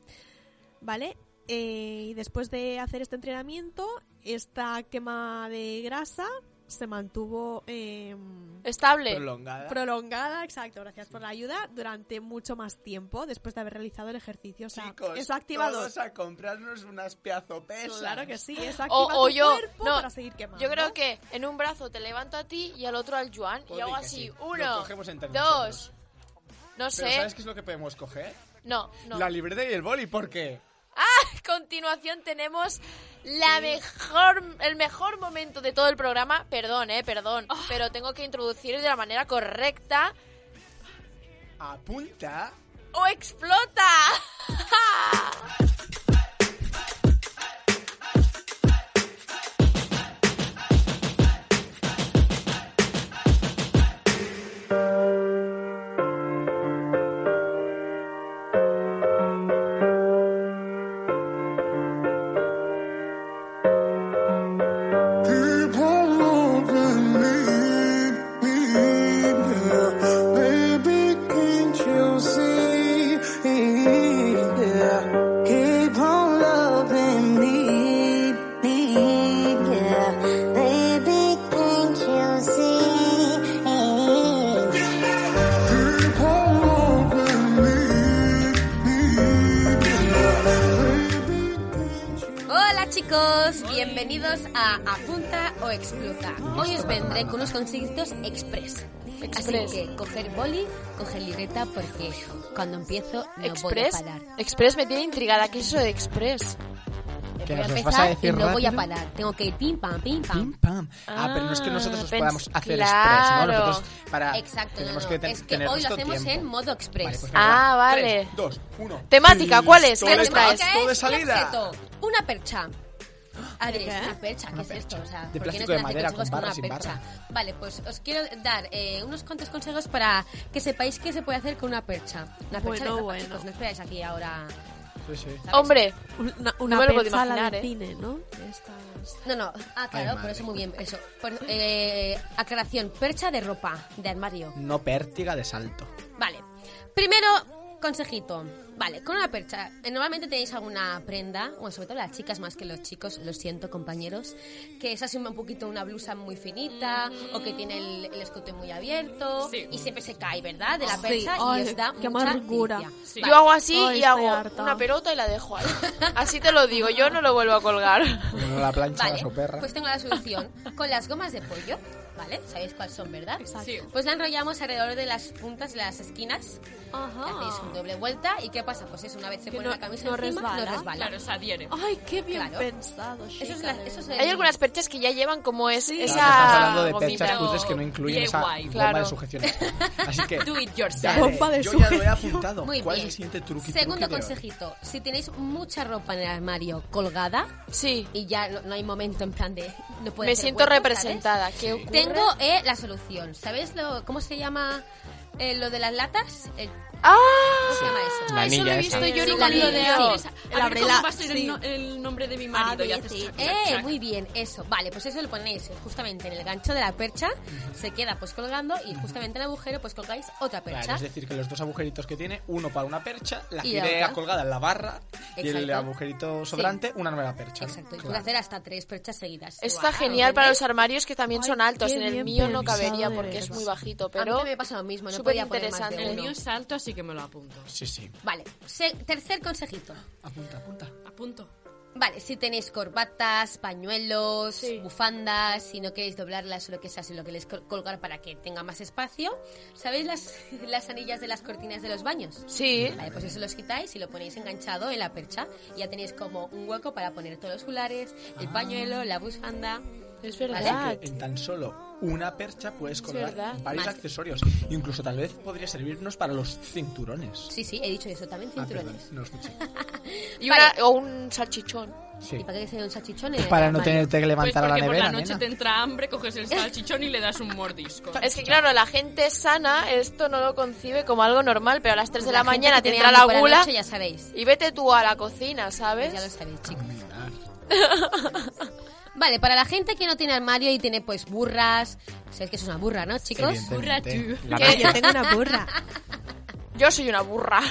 ¿Vale? Eh, y después de hacer este entrenamiento, esta quema de grasa se mantuvo eh,
Estable.
Prolongada.
prolongada, exacto, gracias por la ayuda, durante mucho más tiempo después de haber realizado el ejercicio. O sea,
Chicos,
eso activa
todos a comprarnos unas piazopesas.
Claro que sí, eso
O-
activa
o
tu
yo-
cuerpo
no,
para seguir quemando.
Yo creo que en un brazo te levanto a ti y al otro al Juan y
Podría
hago
que
así.
sí. Lo
Uno,
cogemos entre
dos,
nosotros.
no
Pero
sé.
¿sabes qué es lo que podemos coger?
No, no.
La libreta y el boli, ¿por qué?
A continuación tenemos la mejor, el mejor momento de todo el programa. Perdón, eh, perdón.
Ah.
Pero tengo que introducir de la manera correcta
Apunta.
o explota.
Baby, can't you see? Yeah.
chicos, bienvenidos a Apunta o Explota. Hoy os vendré con unos consejitos express.
Express.
Así que coger boli, coger libreta porque cuando empiezo no
Express.
voy a parar.
Express me tiene intrigada. ¿Qué es eso de Express?
Voy
Que
a
nos los
empezar
vas a decir
y no voy a
rápido.
parar. Tengo que ir pim pam pim pam.
Pim, pam. Ah, pero no es que nosotros os
pens-
podamos hacer express,
claro.
¿no? Nosotros para...
Exacto, no,
tenemos
no.
que ten-
es que
tener
hoy lo
nuestro
hacemos
tiempo.
en modo
Vale,
express.
pues venga,
Ah,
va.
vale.
Tres, dos, uno.
Temática, ¿cuál es?
La
¿Qué
Listo,
nos
de-
temática
traes?
es
todo de
un
salida.
objeto, una percha. A ver,
¿Qué?
una percha, ¿qué
Una
es esto?
percha.
O sea,
De
¿por qué
plástico
te
de
hacen
madera con
consejos
barra,
una
sin
percha?
barra.
Vale, pues os quiero dar eh, unos cuantos consejos para que sepáis qué se puede hacer con una percha. Una
Bueno,
percha de zapatos,
bueno.
chicos, no esperáis aquí ahora.
Sí, sí.
¿sabes?
Hombre,
Una,
No me lo puedo
percha a la
imaginar,
de
¿eh?
cine, ¿no? De estas-
No, no, ah, claro, por
madre.
eso muy bien, eso. Por- eh, aclaración, percha de ropa, de armario.
No pértiga de salto.
Vale. Primero, consejito. Vale, con una percha. eh, Normalmente tenéis alguna prenda, bueno, sobre todo las chicas más que los chicos, lo siento compañeros, que es así un poquito una blusa muy finita o que tiene el, el escote muy abierto
Sí.
y siempre se cae, ¿verdad? De la
Sí.
percha
Ay,
y os da
qué
mucha
amargura.
envidia.
Sí.
Vale.
yo hago así
Ay,
y
estoy
hago
harta.
una pelota y la dejo ahí. Así te lo digo, yo no lo vuelvo a colgar.
Uno la plancha,
Vale,
la soperra.
pues tengo la solución. Con las gomas de pollo, ¿vale? ¿Sabéis cuáles son, verdad?
Sí.
Pues la enrollamos alrededor de las puntas de las esquinas.
Ajá.
Hacéis un doble vuelta y ¿qué pasa? Pues eso, una vez se
Que
pone
no-
la camisa
no
encima,
resbala.
no resbala.
Claro, se adhiere.
Ay, qué bien
Claro.
pensado,
Eso es
chica,
la-
de
eso es
verdad.
el-
Hay algunas perchas que ya llevan como es
Sí.
esa
Claro, estamos hablando de
gomita.
perchas cutres que no incluyen esa
DIY,
bomba
claro.
de sujeción. Así que...
Do it
ya
yourself.
le-
Bomba de
yo ya lo he
sujeción.
apuntado.
Muy
¿Cuál
bien.
es el siguiente truqui?
Segundo
truqui de hoy?
consejito, si tenéis mucha ropa en el armario colgada
Sí,
y ya no, no hay momento en plan de no puedo
me
hacer
siento
hueco,
representada. ¿Qué
¿sabes?
ocurre?
Tengo eh, la solución. ¿Sabéis lo, cómo se llama eh, lo de las latas? Eh,
¡Ah!
¿Cómo se llama
La
eso?
eso lo he
anilla
visto
esa.
yo ni
Sí,
cuando
la
de
anilla,
ahora.
sí.
A ver
Abrela,
cómo va a ser
sí.
el, no- el nombre de mi marido.
A,
y
B,
haces
C.
chac, chac,
Eh,
chac.
muy bien, eso. Vale, pues eso lo ponéis justamente en el gancho de la percha, se queda pues colgando y justamente en el agujero pues colgáis otra percha.
Claro, es decir, que los dos agujeritos que tiene, uno para una percha, la
Y
idea
otra.
colgada en la barra y el
Exacto.
agujerito sobrante, una nueva percha. ¿no?
Exacto, y
Claro.
puedes hacer hasta tres perchas seguidas.
Está
Guau,
genial para los
¿entendéis?
armarios que también
Ay,
son altos.
qué
En el
bien
mío no
pensado,
cabería
de
porque es
verdad.
muy bajito,
A mí
pero
también me pasa lo mismo, no
súper
podía poner más
interesante.
de
El
uno.
mío es alto, así que me lo apunto.
Sí, sí.
Vale, se- tercer consejito.
Apunta, apunta.
Apunto.
Vale, si tenéis corbatas, pañuelos, bufandas, si no queréis doblarlas o lo que sea, si lo queréis col- colgar para que tenga más espacio, ¿sabéis las, las anillas de las cortinas de los baños?
sí.
Vale, pues eso los quitáis y lo ponéis enganchado en la percha. Y ya tenéis como un hueco para poner todos los culares,
Ah.
el pañuelo, la bufanda.
Es
verdad.
verdad.
En tan solo una percha puedes colgar
verdad.
varios
Más.
accesorios. Incluso tal vez podría servirnos para los cinturones.
Sí, sí, he dicho eso, también
Ah, perdón,
cinturones.
no lo escuché.
Y
Vale.
una- o un salchichón.
Sí.
¿Y para qué sería un salchichón? Eh, en
Pues
el
para no
armario?
tenerte que
Pues
levantar
porque
a la nevera,
por la noche
nena.
te entra hambre, coges el salchichón y le das un mordisco.
Es que claro, la gente sana esto no lo concibe como algo normal, pero a las 3 de la,
gente
mañana
que
te
tiene
entra la
hambre por
gula
noche, ya sabéis.
y vete tú a la cocina, ¿sabes?
Ya lo sabéis, chicos.
Mirar.
Vale, para la gente que no tiene armario y tiene pues burras, sabéis que es una burra, ¿no, chicos?
Evidentemente.
Burra tú.
La
¿Qué?
noche.
Yo tengo una burra.
Yo soy una burra.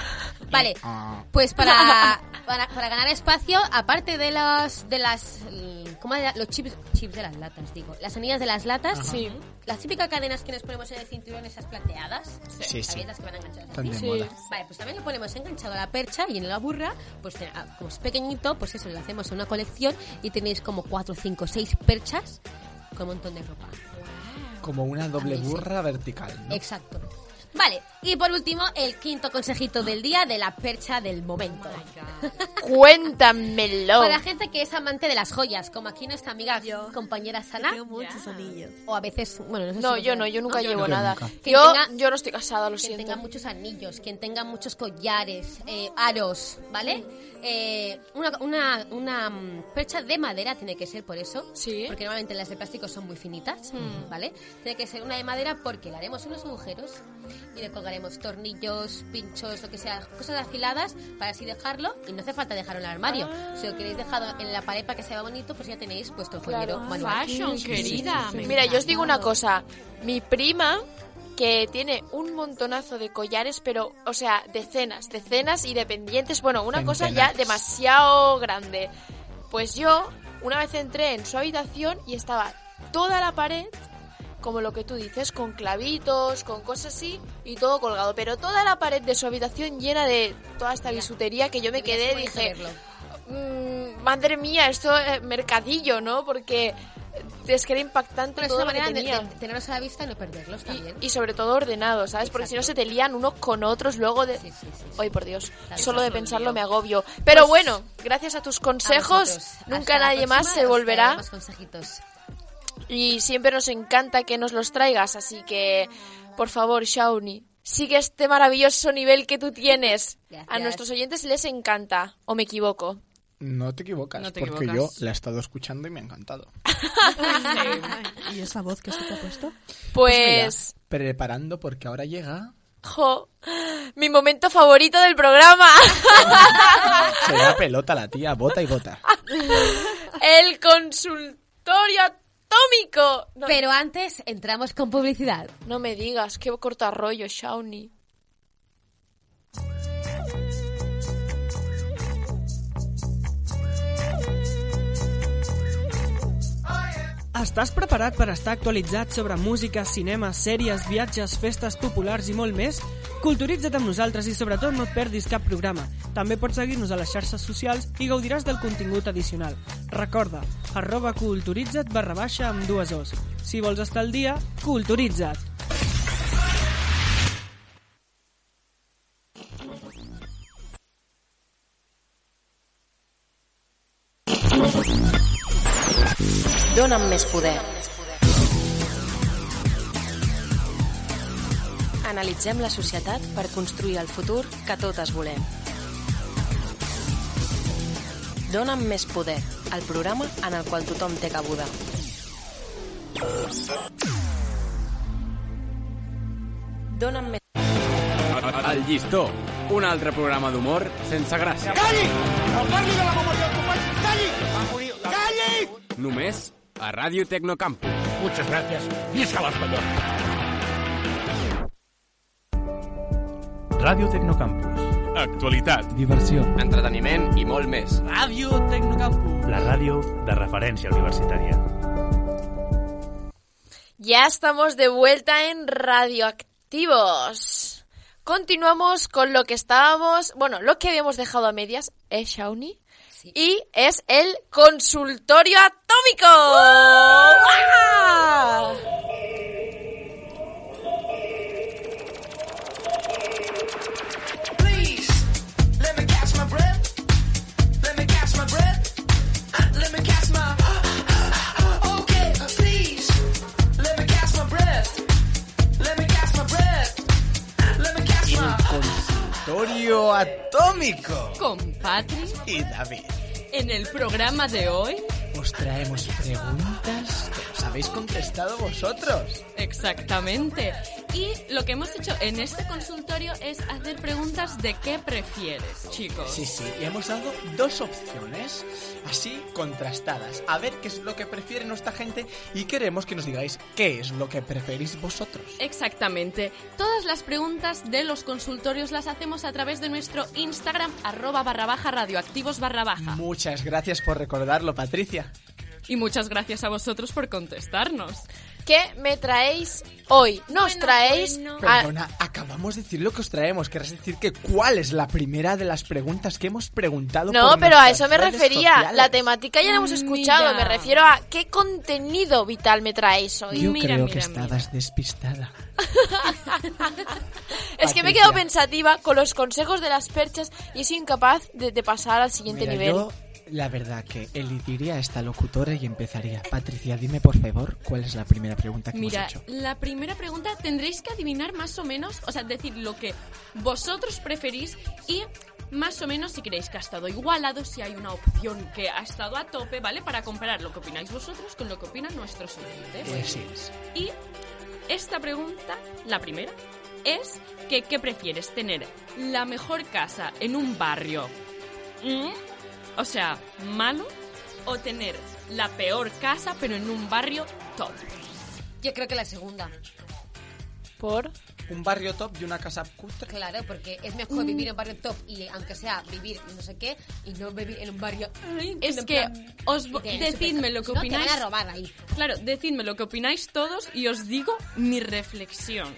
Vale,
Ah.
pues para, para, para ganar espacio, aparte de las de las mm, ¿cómo era? los chips chips de las latas, digo, las anillas de las latas,
Sí.
las típicas cadenas que nos ponemos en el cinturón esas plateadas,
Sí,
¿sabéis?
sí.
Las que van enganchadas
Tan
así.
de
Sí.
moda.
Vale, pues también lo ponemos enganchado a la percha y en la burra, pues te- ah, como es pequeñito, pues eso, lo hacemos en una colección y tenéis como 4, 5, 6 perchas con un montón de ropa.
Como una doble
A mí sí.
burra vertical. ¿no?
Exacto. Vale, y por último, el quinto consejito del día de la percha del momento.
Cuéntamelo.
Para la gente que es amante de las joyas, como aquí nuestra amiga
Yo.
compañera Sana,
Tengo muchos anillos.
o a veces, bueno, no sé
No,
si
yo no, yo nunca llevo
yo
nada.
nunca.
Que
Yo,
tenga-
yo no estoy casada, lo
Quien tenga
siento.
muchos anillos, quien tenga muchos collares, eh, aros, ¿vale? Eh, una, una, una mm, percha de madera tiene que ser por eso.
Sí.
Porque normalmente las de plástico son muy finitas, ¿vale? Tiene que ser una de madera porque le haremos unos agujeros y le colgaremos tornillos, pinchos, lo que sea, cosas afiladas para así dejarlo. Y no hace falta dejarlo en el armario.
Ah.
Si lo queréis dejado en la pared para que sea bonito, pues ya tenéis vuestro joyero
Ah,
manual.
Fashion, querida.
sí, sí.
Mira, yo os digo una cosa. Mi prima, que tiene un montonazo de collares, pero, o sea, decenas, decenas y de pendientes. Bueno, una cosa ya
Centenares.
demasiado grande. Pues yo, una vez entré en su habitación y estaba toda la pared, como lo que tú dices, con clavitos, con cosas así, y todo colgado. Pero toda la pared de su habitación llena de toda esta bisutería que yo me
Mira,
quedé
qué bonito
dije,
verlo.
mm, madre mía, esto es mercadillo, ¿no? Porque eh, es que era impactante
Pero es
todo
una
lo que
manera de,
tenía.
de tenerlos a la vista y no perderlos también.
Y, y sobre todo ordenado, ¿sabes? Porque si no se
Exacto.
te lían unos con otros luego de...
Sí, sí, sí, sí.
Ay, por Dios,
Tal
solo de
cual.
pensarlo me agobio. Pero bueno, gracias a tus
Pues A
consejos,
vosotros. Hasta
nunca
la
nadie más
próxima,
se
os traeré
volverá
más consejitos.
y siempre nos encanta que nos los traigas, así que, por favor, Shauni, sigue este maravilloso nivel que tú tienes. A
Gracias.
nuestros oyentes les encanta, o me equivoco.
No te equivocas,
No te
porque
equivocas.
yo la he estado escuchando y me ha encantado.
¿Y esa voz que se te ha puesto?
Pues...
Mira, preparando porque ahora llega.
Jo, mi momento favorito del programa,
Se da pelota la tía, bota y bota.
el consultorio atómico. No,
Pero antes entramos con publicidad.
no me digas, qué corta rollo, Shauni.
Estàs preparat per estar actualitzat sobre música, cinema, sèries, viatges, festes populars i molt més? Culturitza't amb nosaltres i sobretot no et perdis cap programa. També pots seguir-nos a les xarxes socials i gaudiràs del contingut addicional. Recorda, arroba culturitza't barra baixa amb dues os. Si vols estar al dia, culturitza't!
Dóna'm més poder. Analitzem la societat per construir el futur que totes volem. Dóna'm més poder, el programa en el qual tothom té cabuda. Dóna'm més...
El Llistó, un altre programa d'humor sense gràcia. Calli! No parli de la memòria al company! Calli! Calli! Només a Ràdio Tecnocampus.
Muchas gracias. Visca l'Espanyol.
Radio Tecnocampus.
Actualitat.
Diversió.
Entreteniment i molt més.
Ràdio Tecnocampus.
La ràdio de referència universitària.
Ya estamos de vuelta en Radioactivos. Continuamos con lo que estábamos, bueno, lo que habíamos dejado a medias es Shauni
Sí.
y es el consultorio atómico. ¡Guau!
Consultorio atómico.
Con Patri,
Y David,
en el programa de hoy.
os traemos preguntas que os habéis contestado vosotros.
Exactamente. Y lo que hemos hecho en este consultorio es hacer preguntas de qué prefieres, chicos.
Sí, sí, y hemos dado dos opciones así contrastadas. A ver qué es lo que prefiere nuestra gente y queremos que nos digáis qué es lo que preferís vosotros.
Exactamente. Todas las preguntas de los consultorios las hacemos a través de nuestro Instagram arroba barra baja radioactivos barra baja.
Muchas gracias por recordarlo, Patricia.
Y muchas gracias a vosotros por contestarnos.
¿Qué me traéis hoy? Nos
Bueno,
traéis
bueno.
Ah.
a-
Perdona, acabamos de decir lo que os traemos. Querrás decir que cuál es la primera de las preguntas que hemos preguntado.
No,
por
pero a eso
nuestras
me
redes
refería.
sociales?
La temática ya la
Ah,
hemos escuchado. Me
Mira.
refiero a qué contenido vital me traéis hoy.
Yo
Mira,
creo
mira,
que estabas despistada.
Es que me he quedado
Patricia.
pensativa con los consejos de las perchas y es incapaz de, de pasar al siguiente
Mira,
nivel.
yo la verdad que elegiría a esta locutora y empezaría. Patricia, dime por favor cuál es la primera pregunta que
Mira,
hemos hecho.
la primera pregunta tendréis que adivinar más o menos, o sea, decir lo que vosotros preferís y más o menos si creéis que ha estado igualado, si hay una opción que ha estado a tope, ¿vale? Para comparar lo que opináis vosotros con lo que opinan nuestros oyentes.
Así es.
Y esta pregunta, la primera, es que ¿qué prefieres tener? ¿La mejor casa en un barrio? ¿Mm? O sea, malo o tener la peor casa pero en un barrio top.
Yo creo que la segunda.
Por
Un barrio top y una casa cutre.
Claro, porque es
Mm.
mejor vivir en un barrio top y aunque sea vivir no sé qué y no vivir en un barrio. ay,
Es
en
que
plan-
os vo-
Que-
decidme lo que
Si no,
opináis.
Te van a robar ahí.
Claro, decidme lo que opináis todos y os digo mi reflexión.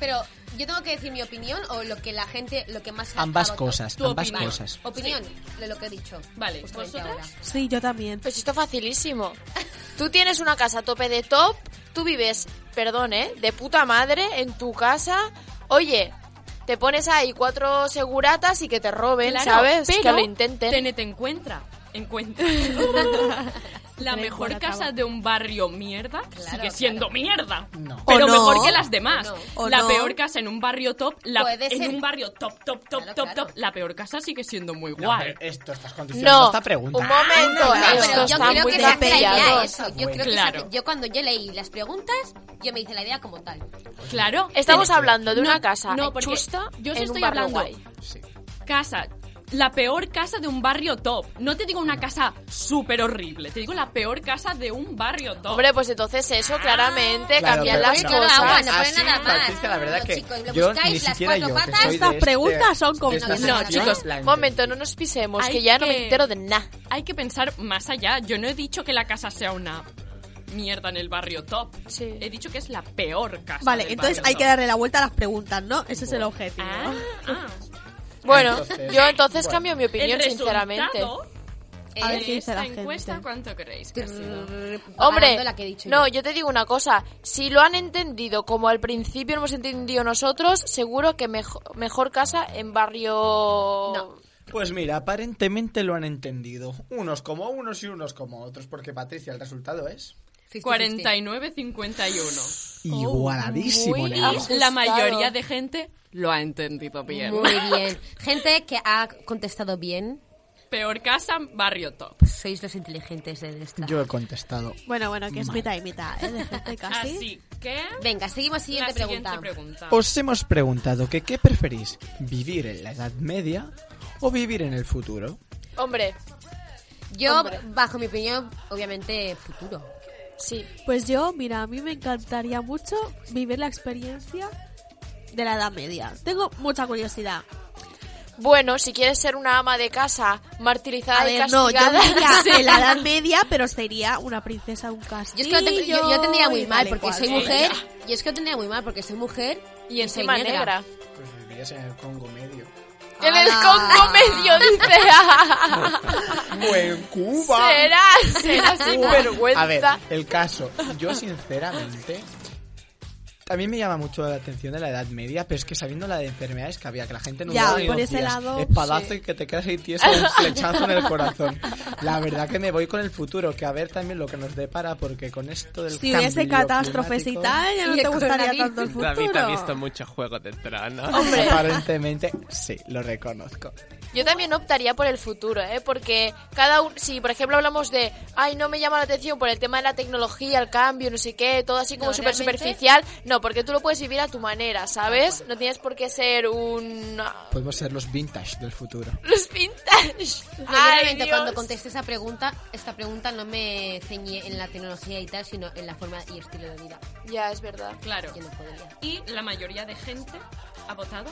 Pero Yo tengo que decir mi opinión o lo que la gente, lo que más se
Ambas
ha votado.
cosas,
Tu
ambas
opinión.
cosas.
Opinión de lo que he dicho. Vale, ¿vosotras?
Sí, yo también.
Pues esto es facilísimo. Tú tienes una casa a tope de top, tú vives, perdón, ¿eh? De puta madre en tu casa. Oye, te pones ahí cuatro seguratas y que te roben,
Claro,
¿sabes? Que
pero
lo intenten.
TNT encuentra. Encuentra. La
Tres,
mejor
cuatro,
casa
acabo.
de un barrio mierda sigue siendo mierda.
No.
Pero
O no.
mejor que las demás.
O
la
no.
peor casa en un barrio top, la,
Puede
en
ser.
un barrio top, top, top, top, top, la peor casa sigue siendo muy
No,
guay.
pero esto estás
No,
condicionando esta pregunta.
un momento,
Ah,
esto
Pero yo
está
creo
muy
que saqué la idea
atropellado.
eso. Yo
Bueno.
creo que
Claro.
saqué- yo cuando yo leí las preguntas, yo me hice la idea como tal.
Claro.
Estamos
Pero-
hablando de
No,
una casa
no, porque
chusta
yo os
en un
estoy
barrio
hablando
guay.
casa, la peor casa de un barrio top. No te digo una casa súper horrible, te digo la peor casa de un barrio top. Ah.
Hombre, pues entonces eso, claramente,
Claro,
cambiar
pero
las
no,
cosas.
no,
Así
no ponen nada más.
partiste,
la verdad que
chicos, le
yo
buscáis
ni
las
siestas
cuatro patas.
Estas
este
preguntas son
complejas.
No, chicos,
Un momento, no nos pisemos, que ya no me entero de nada.
Hay que pensar más allá. Yo no he dicho que la casa sea una mierda en el barrio top. He dicho que es la peor casa.
Vale,
del
entonces
barrio
hay
top.
que darle la vuelta a las preguntas, ¿no? Ese es el objetivo.
Ah. Bueno, yo entonces cambio mi opinión,
Ah. El
sinceramente.
resultado
A ver
de
qué dice la
esta
gente.
encuesta, ¿cuánto creéis que ha sido?
Hombre,
la que he dicho
no,
yo.
yo te digo una cosa. Si lo han entendido como al principio lo hemos entendido nosotros, seguro que mejo- mejor casa en barrio...
Pues mira, aparentemente lo han entendido. Unos como unos y unos como otros, porque Patricia, el resultado es...
49-51.
Igualadísimo,
Muy-
nena.
y la mayoría de gente lo ha entendido bien.
Muy bien. Gente que ha contestado bien.
Peor casa, barrio top.
Pues Sois los inteligentes de esta.
Yo he contestado.
Bueno, bueno, que es
Mal.
mitad y mitad, ¿eh? De gente casi.
Así que...
Venga, seguimos siguiente
La siguiente
pregunta.
pregunta.
Os hemos preguntado que qué preferís, vivir en la Edad Media o vivir en el futuro.
Hombre.
Yo, bajo mi opinión, obviamente, futuro.
Sí.
Pues yo, mira, a mí me encantaría mucho vivir la experiencia de la Edad Media. Tengo mucha curiosidad.
Bueno, si quieres ser una ama de casa martirizada
A
y
ver, no, yo
castigada...
diría en la Edad Media, pero sería una princesa de un
Yo,
castillo.
es que lo tengo- yo, yo tendría muy
y
mal
tal y
porque
cual.
soy mujer. Yo es que lo tendría muy mal porque soy mujer y, soy
encima negra.
Pues vivirías en el Congo medio.
Ah.
En el Congo Ah. medio, dice.
O en Cuba.
Será, será sin
Cuba.
vergüenza.
A ver, el caso. Yo sinceramente... También me llama mucho la atención de la Edad Media, pero es que sabiendo la de enfermedades que había, que la gente no
Ya,
daba ni
por
dos
ese
días.
lado,
Espadazo
sí.
y que te quedas ahí tieso un flechazo en el corazón. La verdad que me voy con el futuro, que a ver también lo que nos depara, porque con esto del
Si hubiese
cambio
catástrofes y
climático-
tal, ya no
Y
te
pues,
el
gustaría
coronavirus.
tanto el futuro.
David ha visto mucho juego del verano.
Aparentemente, sí, lo reconozco.
Yo también optaría por el futuro, ¿eh? Porque cada uno, si por ejemplo hablamos de, ay, no me llama la atención por el tema de la tecnología, el cambio, no sé qué, todo así como
No,
súper
realmente-
superficial, no, porque tú lo puedes vivir a tu manera, ¿sabes? No tienes por qué ser un...
Podemos ser los vintage del futuro.
Los vintage.
Yo
Ay,
realmente
Dios.
cuando contesté esa pregunta, esta pregunta no me ceñí en la tecnología y tal, sino en la forma y estilo de vida.
Ya, es verdad.
Claro.
Yo no podría.
Y la mayoría de gente ha votado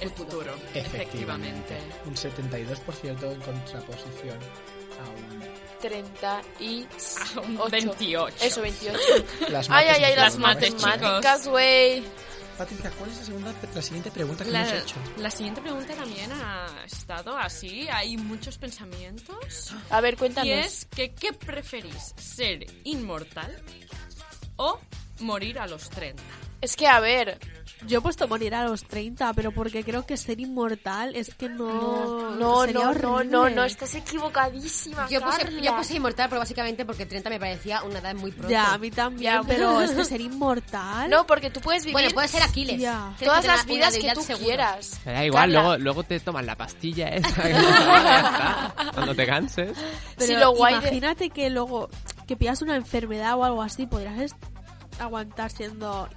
el futuro.
Efectivamente. Un 72% en contraposición a un
30 y...
un
ocho.
28.
Eso, 28.
Las
ay,
mates,
ay, ay,
por
las
favor,
mates,
chicos.
matemáticas, güey.
Patricia, ¿cuál es la, segunda, la siguiente pregunta que
La,
hemos hecho?
la siguiente pregunta también ha estado así, hay muchos pensamientos.
A ver, cuéntanos.
Y es que ¿qué preferís? ¿Ser inmortal o morir a los 30?
Es que, a ver...
Yo he puesto morir a los 30, pero porque creo que ser inmortal es que no.
No,
sería
no, no, no,
horrible.
no, estás equivocadísima,
Yo puse,
Carla.
yo puse inmortal, pero básicamente porque 30 me parecía una edad muy pronto.
Ya, a mí también,
Ya.
pero este es que ser inmortal.
No, porque tú puedes vivir...
Bueno, puede ser Aquiles.
Ya.
Tienes
Todas
tener
las
una
vidas que
habilidad
tú
seguro.
quieras.
Me da igual,
Carla.
luego, luego te tomas la pastilla esa. que te tomas, ya está. Cuando te canses.
Pero
si lo guay de-
imagínate que luego que pillas una enfermedad o algo así, podrías est- aguantar siendo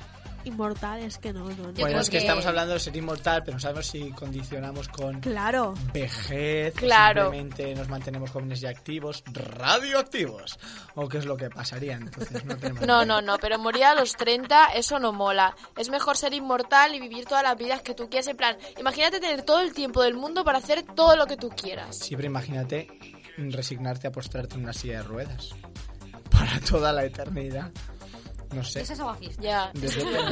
inmortal, es que no, no, no.
bueno, es que, estamos hablando de ser inmortal, pero no sabemos si condicionamos con
Claro.
vejez, o
Claro.
simplemente nos mantenemos jóvenes y activos, radioactivos, o qué es lo que pasaría. Entonces no tenemos ni
No,
idea.
no, no, pero morir a los 30, eso no mola. Es mejor ser inmortal y vivir todas las vidas que tú quieras. En plan, imagínate tener todo el tiempo del mundo para hacer todo lo que tú quieras.
Siempre imagínate resignarte a postrarte en una silla de ruedas para toda la eternidad. No sé.
Esa es Aguafis.
Ya.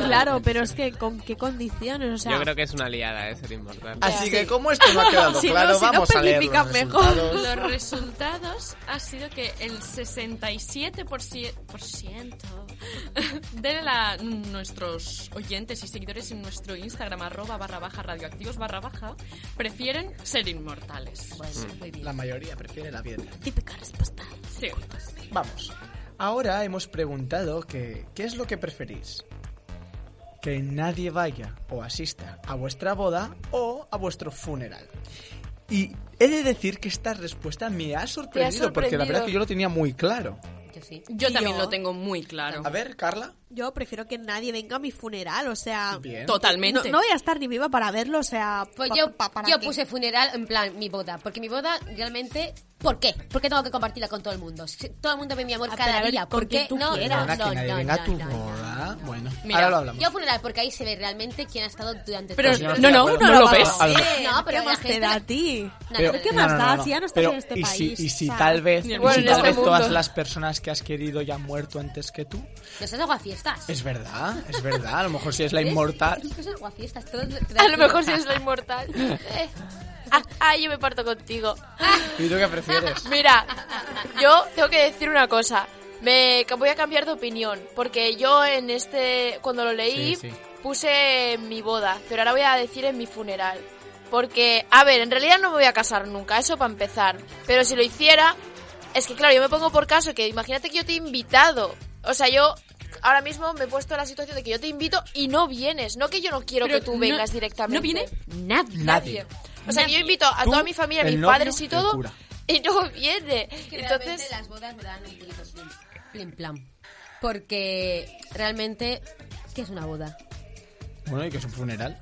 Claro, pero es que con qué condiciones, o sea...
Yo creo que es una liada, es ser inmortal.
Así que como esto no ha quedado
Si no,
claro,
si no,
vamos a leer los
planifican mejor.
resultados.
Los resultados ha sido que el 67% de la- nuestros oyentes y seguidores en nuestro Instagram arroba barra baja radioactivos barra baja prefieren ser inmortales.
La mayoría prefiere la piedra.
Típica respuesta.
Sí.
Vamos. Ahora hemos preguntado que ¿qué es lo que preferís? Que nadie vaya o asista a vuestra boda o a vuestro funeral. Y he de decir que esta respuesta me ha sorprendido, porque la
sorprendido.
verdad es que yo lo tenía muy claro.
Yo sí.
Yo también
Yo-
lo tengo muy claro.
A ver, Carla.
Yo prefiero que nadie venga a mi funeral, o sea...
Bien.
Totalmente.
No, no voy a estar ni viva para verlo, o sea...
Pues
pa-
yo,
pa- para
yo
qué.
puse funeral en plan mi boda, porque mi boda realmente... ¿Por qué? ¿Por qué tengo que compartirla con todo el mundo? Si todo el mundo ve mi amor
Ah, pero
cada
a ver,
día.
¿con
¿Por
quién
qué
tú
no?
quieres?
No,
Perdona, que
no,
nadie
no,
venga
no,
a tu
no.
boda. Bueno,
Mira,
ahora lo hablamos.
Yo funeral, porque ahí se ve realmente quién ha estado durante
Pero
todo el
no,
tiempo.
no, uno No lo lo ves.
No,
ves.
pero
Pues ¿Qué
la
más te
gente-
da a ti?
Pero-
¿Qué
No,
más
no, no,
da
no.
si ya no estás
Pero,
en este
y
país?
Si, y si
o sea,
tal vez,
Ni
y
en
si
este
tal vez
mundo.
todas las personas que has querido ya han muerto antes que tú.
No seas aguafiestas.
Es verdad, es verdad. A lo mejor si es la
¿Ves?
inmortal.
Es que son aguafiestas, todo-
A lo mejor si es la inmortal. Eh. Ah, ah, yo me parto contigo.
¿Y tú qué prefieres?
Mira, yo tengo que decir una cosa. Me ca- voy a cambiar de opinión, porque yo en este, cuando lo leí,
Sí, sí.
puse en mi boda, pero ahora voy a decir en mi funeral. Porque, a ver, en realidad no me voy a casar nunca, eso para empezar. Pero si lo hiciera, es que claro, yo me pongo por caso que imagínate que yo te he invitado. O sea, yo ahora mismo me he puesto en la situación de que yo te invito y no vienes. No que yo no quiero
Pero
que tú
no-
vengas directamente.
No viene nadie.
Nadie.
O sea, yo invito a
Tú,
toda mi familia, a
el
mis
novio,
padres y
el
todo,
cura.
y no viene.
que realmente
Entonces,
las bodas me dan un poquito en plan. Porque realmente, ¿qué es una boda?
Bueno, y que es un funeral.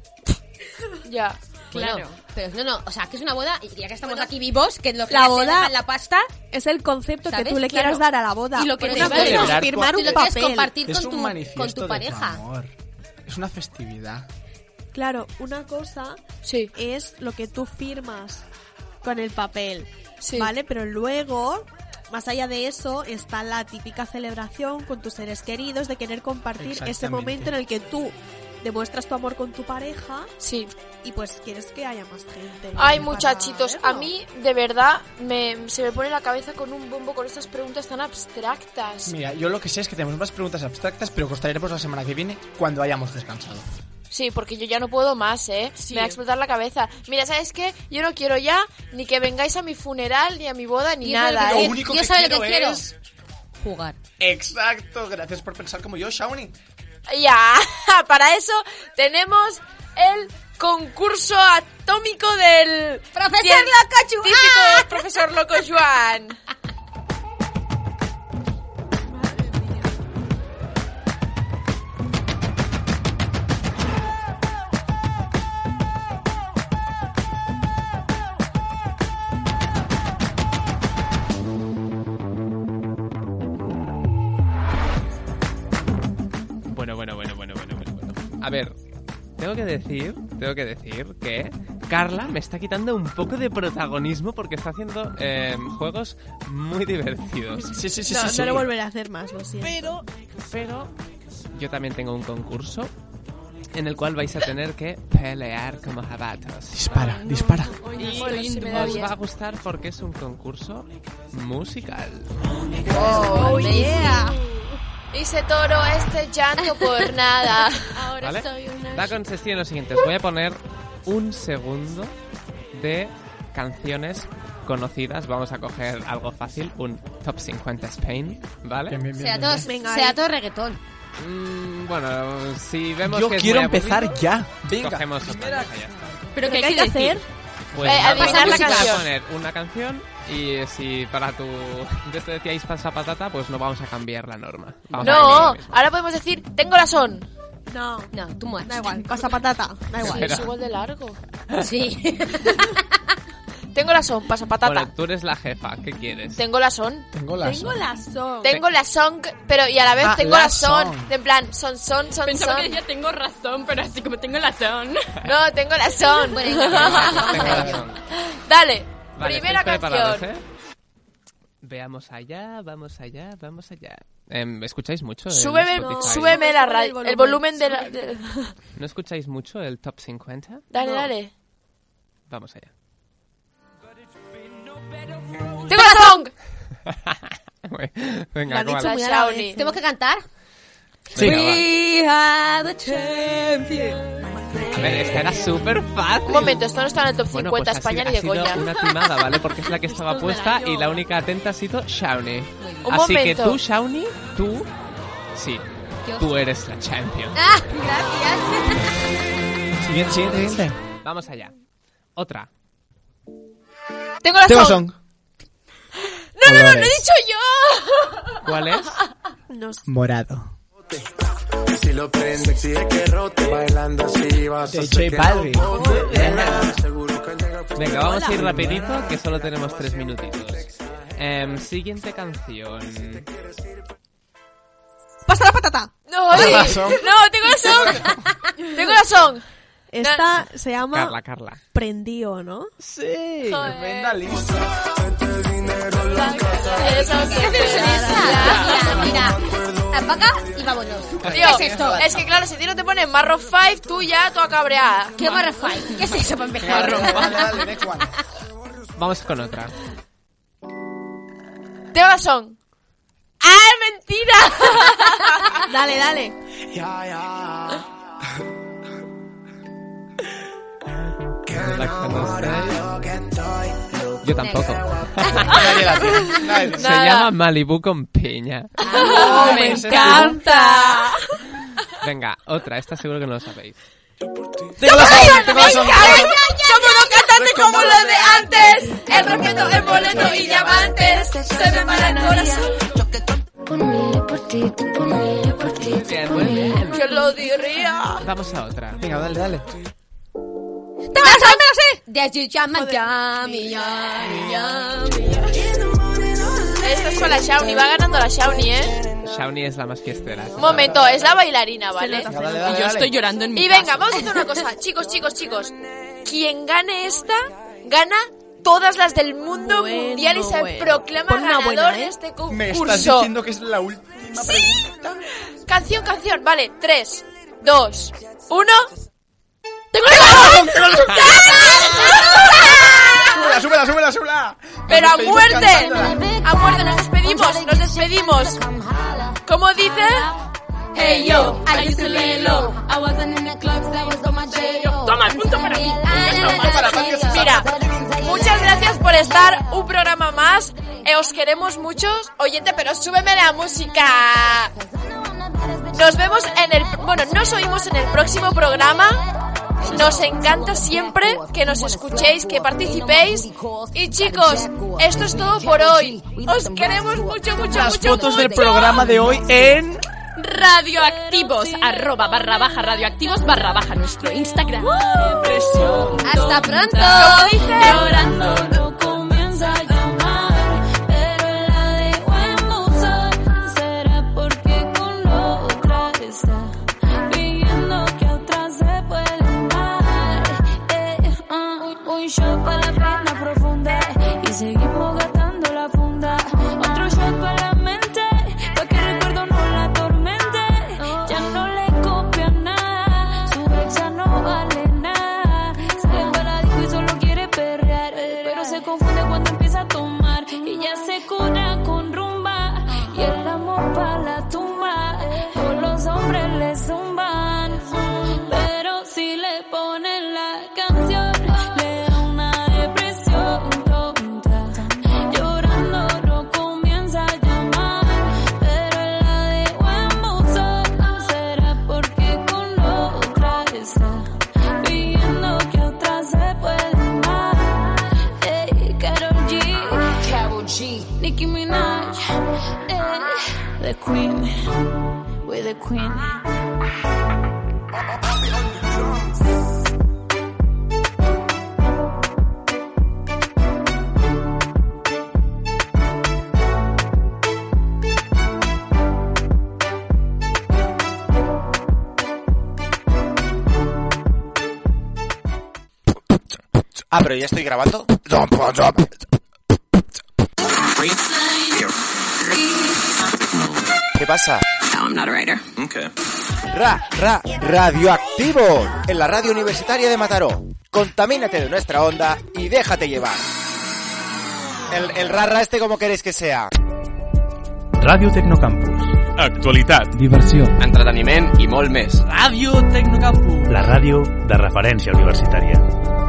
ya.
Bueno,
Claro.
pero no, no, o sea, que es una boda y ya que estamos aquí vivos, que lo que
la
hace
boda-
es dejar la pasta
Es el concepto que
¿Sabes?
tú le
Claro.
quieras dar a la boda.
Y lo que
Una
te vale
cosa es
celebrar
firmar
tú
un
lo quieres
papel.
compartir
Es
con
un
tu, con
manifiesto
tu
de tu
pareja.
amor. Es una festividad.
Claro, una cosa
Sí.
es lo que tú firmas con el papel,
Sí.
¿vale? Pero luego, más allá de eso, está la típica celebración con tus seres queridos de querer compartir ese
Exactamente.
momento en el que tú demuestras tu amor con tu pareja
Sí.
y pues quieres que haya más gente.
Ay,
para
muchachitos, a
verlo.
mí de verdad me, se me pone la cabeza con un bombo con estas preguntas tan abstractas.
Mira, yo lo que sé es que tenemos más preguntas abstractas, pero costaremos la semana que viene cuando hayamos descansado.
Sí, porque yo ya no puedo más, ¿eh?
Sí.
Me va a explotar la cabeza. Mira, ¿sabes qué? Yo no quiero ya ni que vengáis a mi funeral, ni a mi boda, ni
Y eso es
nada,
lo que-
¿eh?
Lo único yo que sabe lo que quiero quiero. es- Jugar.
Exacto, gracias por pensar como yo, Shauni.
Ya, para eso tenemos el concurso atómico del...
¡Profesor
cien-
Loco Juan!
Típico profesor Loco Juan.
Bueno, bueno, bueno, bueno, bueno, bueno, bueno. A ver, tengo que decir, tengo que decir que Carla me está quitando un poco de protagonismo porque está haciendo eh, juegos muy divertidos.
Sí, sí, sí,
No,
sí, sí.
no lo volveré a hacer más, lo siento.
Pero, pero, yo también tengo un concurso en el cual vais a tener que pelear como jabatos.
Dispara, dispara.
Y
Bueno, sí me da
os
bien.
va a gustar porque es un concurso musical.
Oh, yeah. Hice toro este llanto por nada.
Ahora
¿Vale?
estoy una...
Va a consistir en lo siguiente. Os voy a poner un segundo de canciones conocidas. Vamos a coger algo fácil, un Top 50 Spain, ¿vale?
Bien, bien, bien,
Sea
bien,
todo,
bien.
Venga,
sea
ahí.
todo reggaetón.
Mm, bueno, si vemos
Yo
que es
quiero
muy
empezar
aburrido,
ya. Venga.
Cogemos otra
Primera
cosa, ya está.
Pero
¿Pero
¿qué
qué hay que hacer?
Pues
Eh,
nada,
adivinar
vamos
la
a
canción.
poner una canción y eh, si para tu... Yo te decíais pasa patata, pues no vamos a cambiar la norma. Vamos a poner lo
No,
mismo.
ahora podemos decir, tengo la son.
No,
No, tú mueres.
da igual, pasa patata, da igual.
Es igual de largo.
Sí.
Tengo la son, pasa patata.
Bueno, tú eres la jefa, ¿qué quieres?
Tengo la son.
Tengo la
Tengo la son.
Tengo la son, pero y a la vez
Ah,
tengo
la
la son.
son.
De en plan, son, son, son,
Pensaba que
son.
ya tengo razón, pero así como tengo razón.
No, tengo la son.
Bueno, venga,
Tengo
vamos a
la
ello.
razón.
Dale,
Vale, ¿eh?
primera
estáis preparados,
canción.
¿eh? Veamos allá, vamos allá, vamos allá. Em, ¿Escucháis mucho? el
Súbeme,
Spotify?
súbeme la radio,
Sube
el
el
volumen
volumen,
de
sube
la... de-
¿No escucháis mucho el top 50?
Dale, dale.
Vamos allá.
¡Tengo la song!
Venga,
Lo ha dicho
¿cuál?
muy
Claro,
Xiaomi.
¿eh? ¿Tenemos que cantar?
Venga, va.
We are the champions.
A ver, esta era súper fácil.
Un momento, esto no está en el top
Bueno,
50
pues ha
España
sido,
ni de
ha sido
coña.
una timada, ¿vale? Porque es la que estaba puesta y la única atenta ha sido Shawnee.
Un
Así que
momento.
tú, Shawnee, tú... Sí,
Yo
tú eres la champion.
Ah, gracias.
Siguiente, siguiente, siguiente.
Vamos allá. Otra.
Tengo la
Tengo
song.
song.
No, no, no, no he
Colores.
dicho yo.
¿Cuál es?
No sé.
Morado.
Si lo prendo, exige que rote. Bailando así vas
De
a hacer
J
que
Balvin.
no bote.
Venga.
Seguro que llega el
Venga, vamos a ir rapidito, que solo tenemos tres minutitos. Em, siguiente canción.
¡Pasa la patata!
No, oye.
la song.
no, tengo la song. tengo la song.
Esta se llama
Carla, Carla.
Prendío, ¿no?
Sí.
Joder.
¿Qué haces en esa? Mira, mira. Apaga y vámonos.
Tío,
¿Qué es esto?
es que claro, si a ti no te ponen Marro 5, tú ya toda cabreada.
¿Qué barra fight? ¿Qué es eso para empezar?
Vamos con otra.
Tengo la song. ¡Ah, mentira!
Dale, dale.
La conocéis. Yo tampoco.
Nadie la tiene, nadie la tiene.
Se
Nada.
llama Malibu con piña. Ah,
¡Oh, me encanta!
Venga, otra. Esta seguro que no lo sabéis.
¡Tengo la song! ¡Tengo la song! ¡Somos unos cantantes como los de antes! El respeto, el boleto y diamantes se me para el corazón.
Bien, muy bien.
Yo lo diría.
Vamos a otra.
Venga, dale, dale.
¡Te la sé, te la sé! Yes, you jam, yummy, yummy, yummy.
Esta es con la Shawnee, va ganando la Shawnee, ¿eh?
Shawnee es la más fiestera.
Un momento, es la bailarina, Ah, ¿vale?
Venga, dale, dale, Y yo dale. estoy llorando en mi
Y venga,
casa.
vamos a hacer una cosa. Chicos, chicos, chicos. Quien gane esta, gana todas las del mundo
Bueno,
mundial y se
bueno.
proclama
Pon una
ganador
buena,
de
¿eh?
este concurso.
Me estás diciendo que es la última.
Canción, canción, vale, 3, 2, 1. ¡Tengo la
¡Súbela, súbela, súbela, súbela!
¡Pero
Nos
a
despedimos
muerte!
cantándola.
¡A muerte! ¡Nos despedimos! ¡Nos despedimos! ¿Cómo dice?
Hey yo, I used to lay low. I wasn't in the clubs, I was on my J.O.
Toma, el punto para mí. Mira, muchas gracias por estar. Un programa más. Eh, os queremos muchos. Oyente, pero súbeme la música. Nos vemos en el. Bueno, nos oímos en el próximo programa. Nos encanta siempre que nos escuchéis, que participéis. Y chicos, esto es todo por hoy. Os queremos mucho, mucho,
Las
mucho.
fotos del
¿eh? mucho.
programa de hoy en...
Radioactivos, arroba barra baja radioactivos barra baja nuestro Instagram. Depresión.
¡Hasta pronto!
Como
Llorando no comienza a llamar, pero la dejo en buzón. Será porque con la otra está pidiendo que a otra se pueda amar. Eh, ah, un shot para la pena profunda y seguimos gastando la funda. Otro shot para la mente, para que el recuerdo no la atormente. Ya no le copia nada, su ex ya no vale nada. Sale para disco y solo quiere perrear, pero se confunde cuando empieza a tomar y ya se cura con rumba y el amor para la tumba. Todos los hombres le zumban, pero si le ponen la canción le da una depresión tonta. Llorando no comienza a llamar, pero la dejo en buzón. Será porque con la otra está pidiendo que a otra se pueda amar. Ey, Karol G, Ah, Karol G, Nicki Minaj, ey, the Queen, we're the Queen.
Ah, pero ya estoy grabando.
¿Qué pasa?
No, I'm not a writer.
Okay. Ra, ra, radioactivo. En la radio universitaria de Mataró. Contamínate de nuestra onda y déjate llevar. El, el ra, ra este como queréis que sea.
Ràdio Tecnocampus.
Actualitat.
Diversió.
Entreteniment i molt més.
Ràdio Tecnocampus.
La ràdio de referència universitària.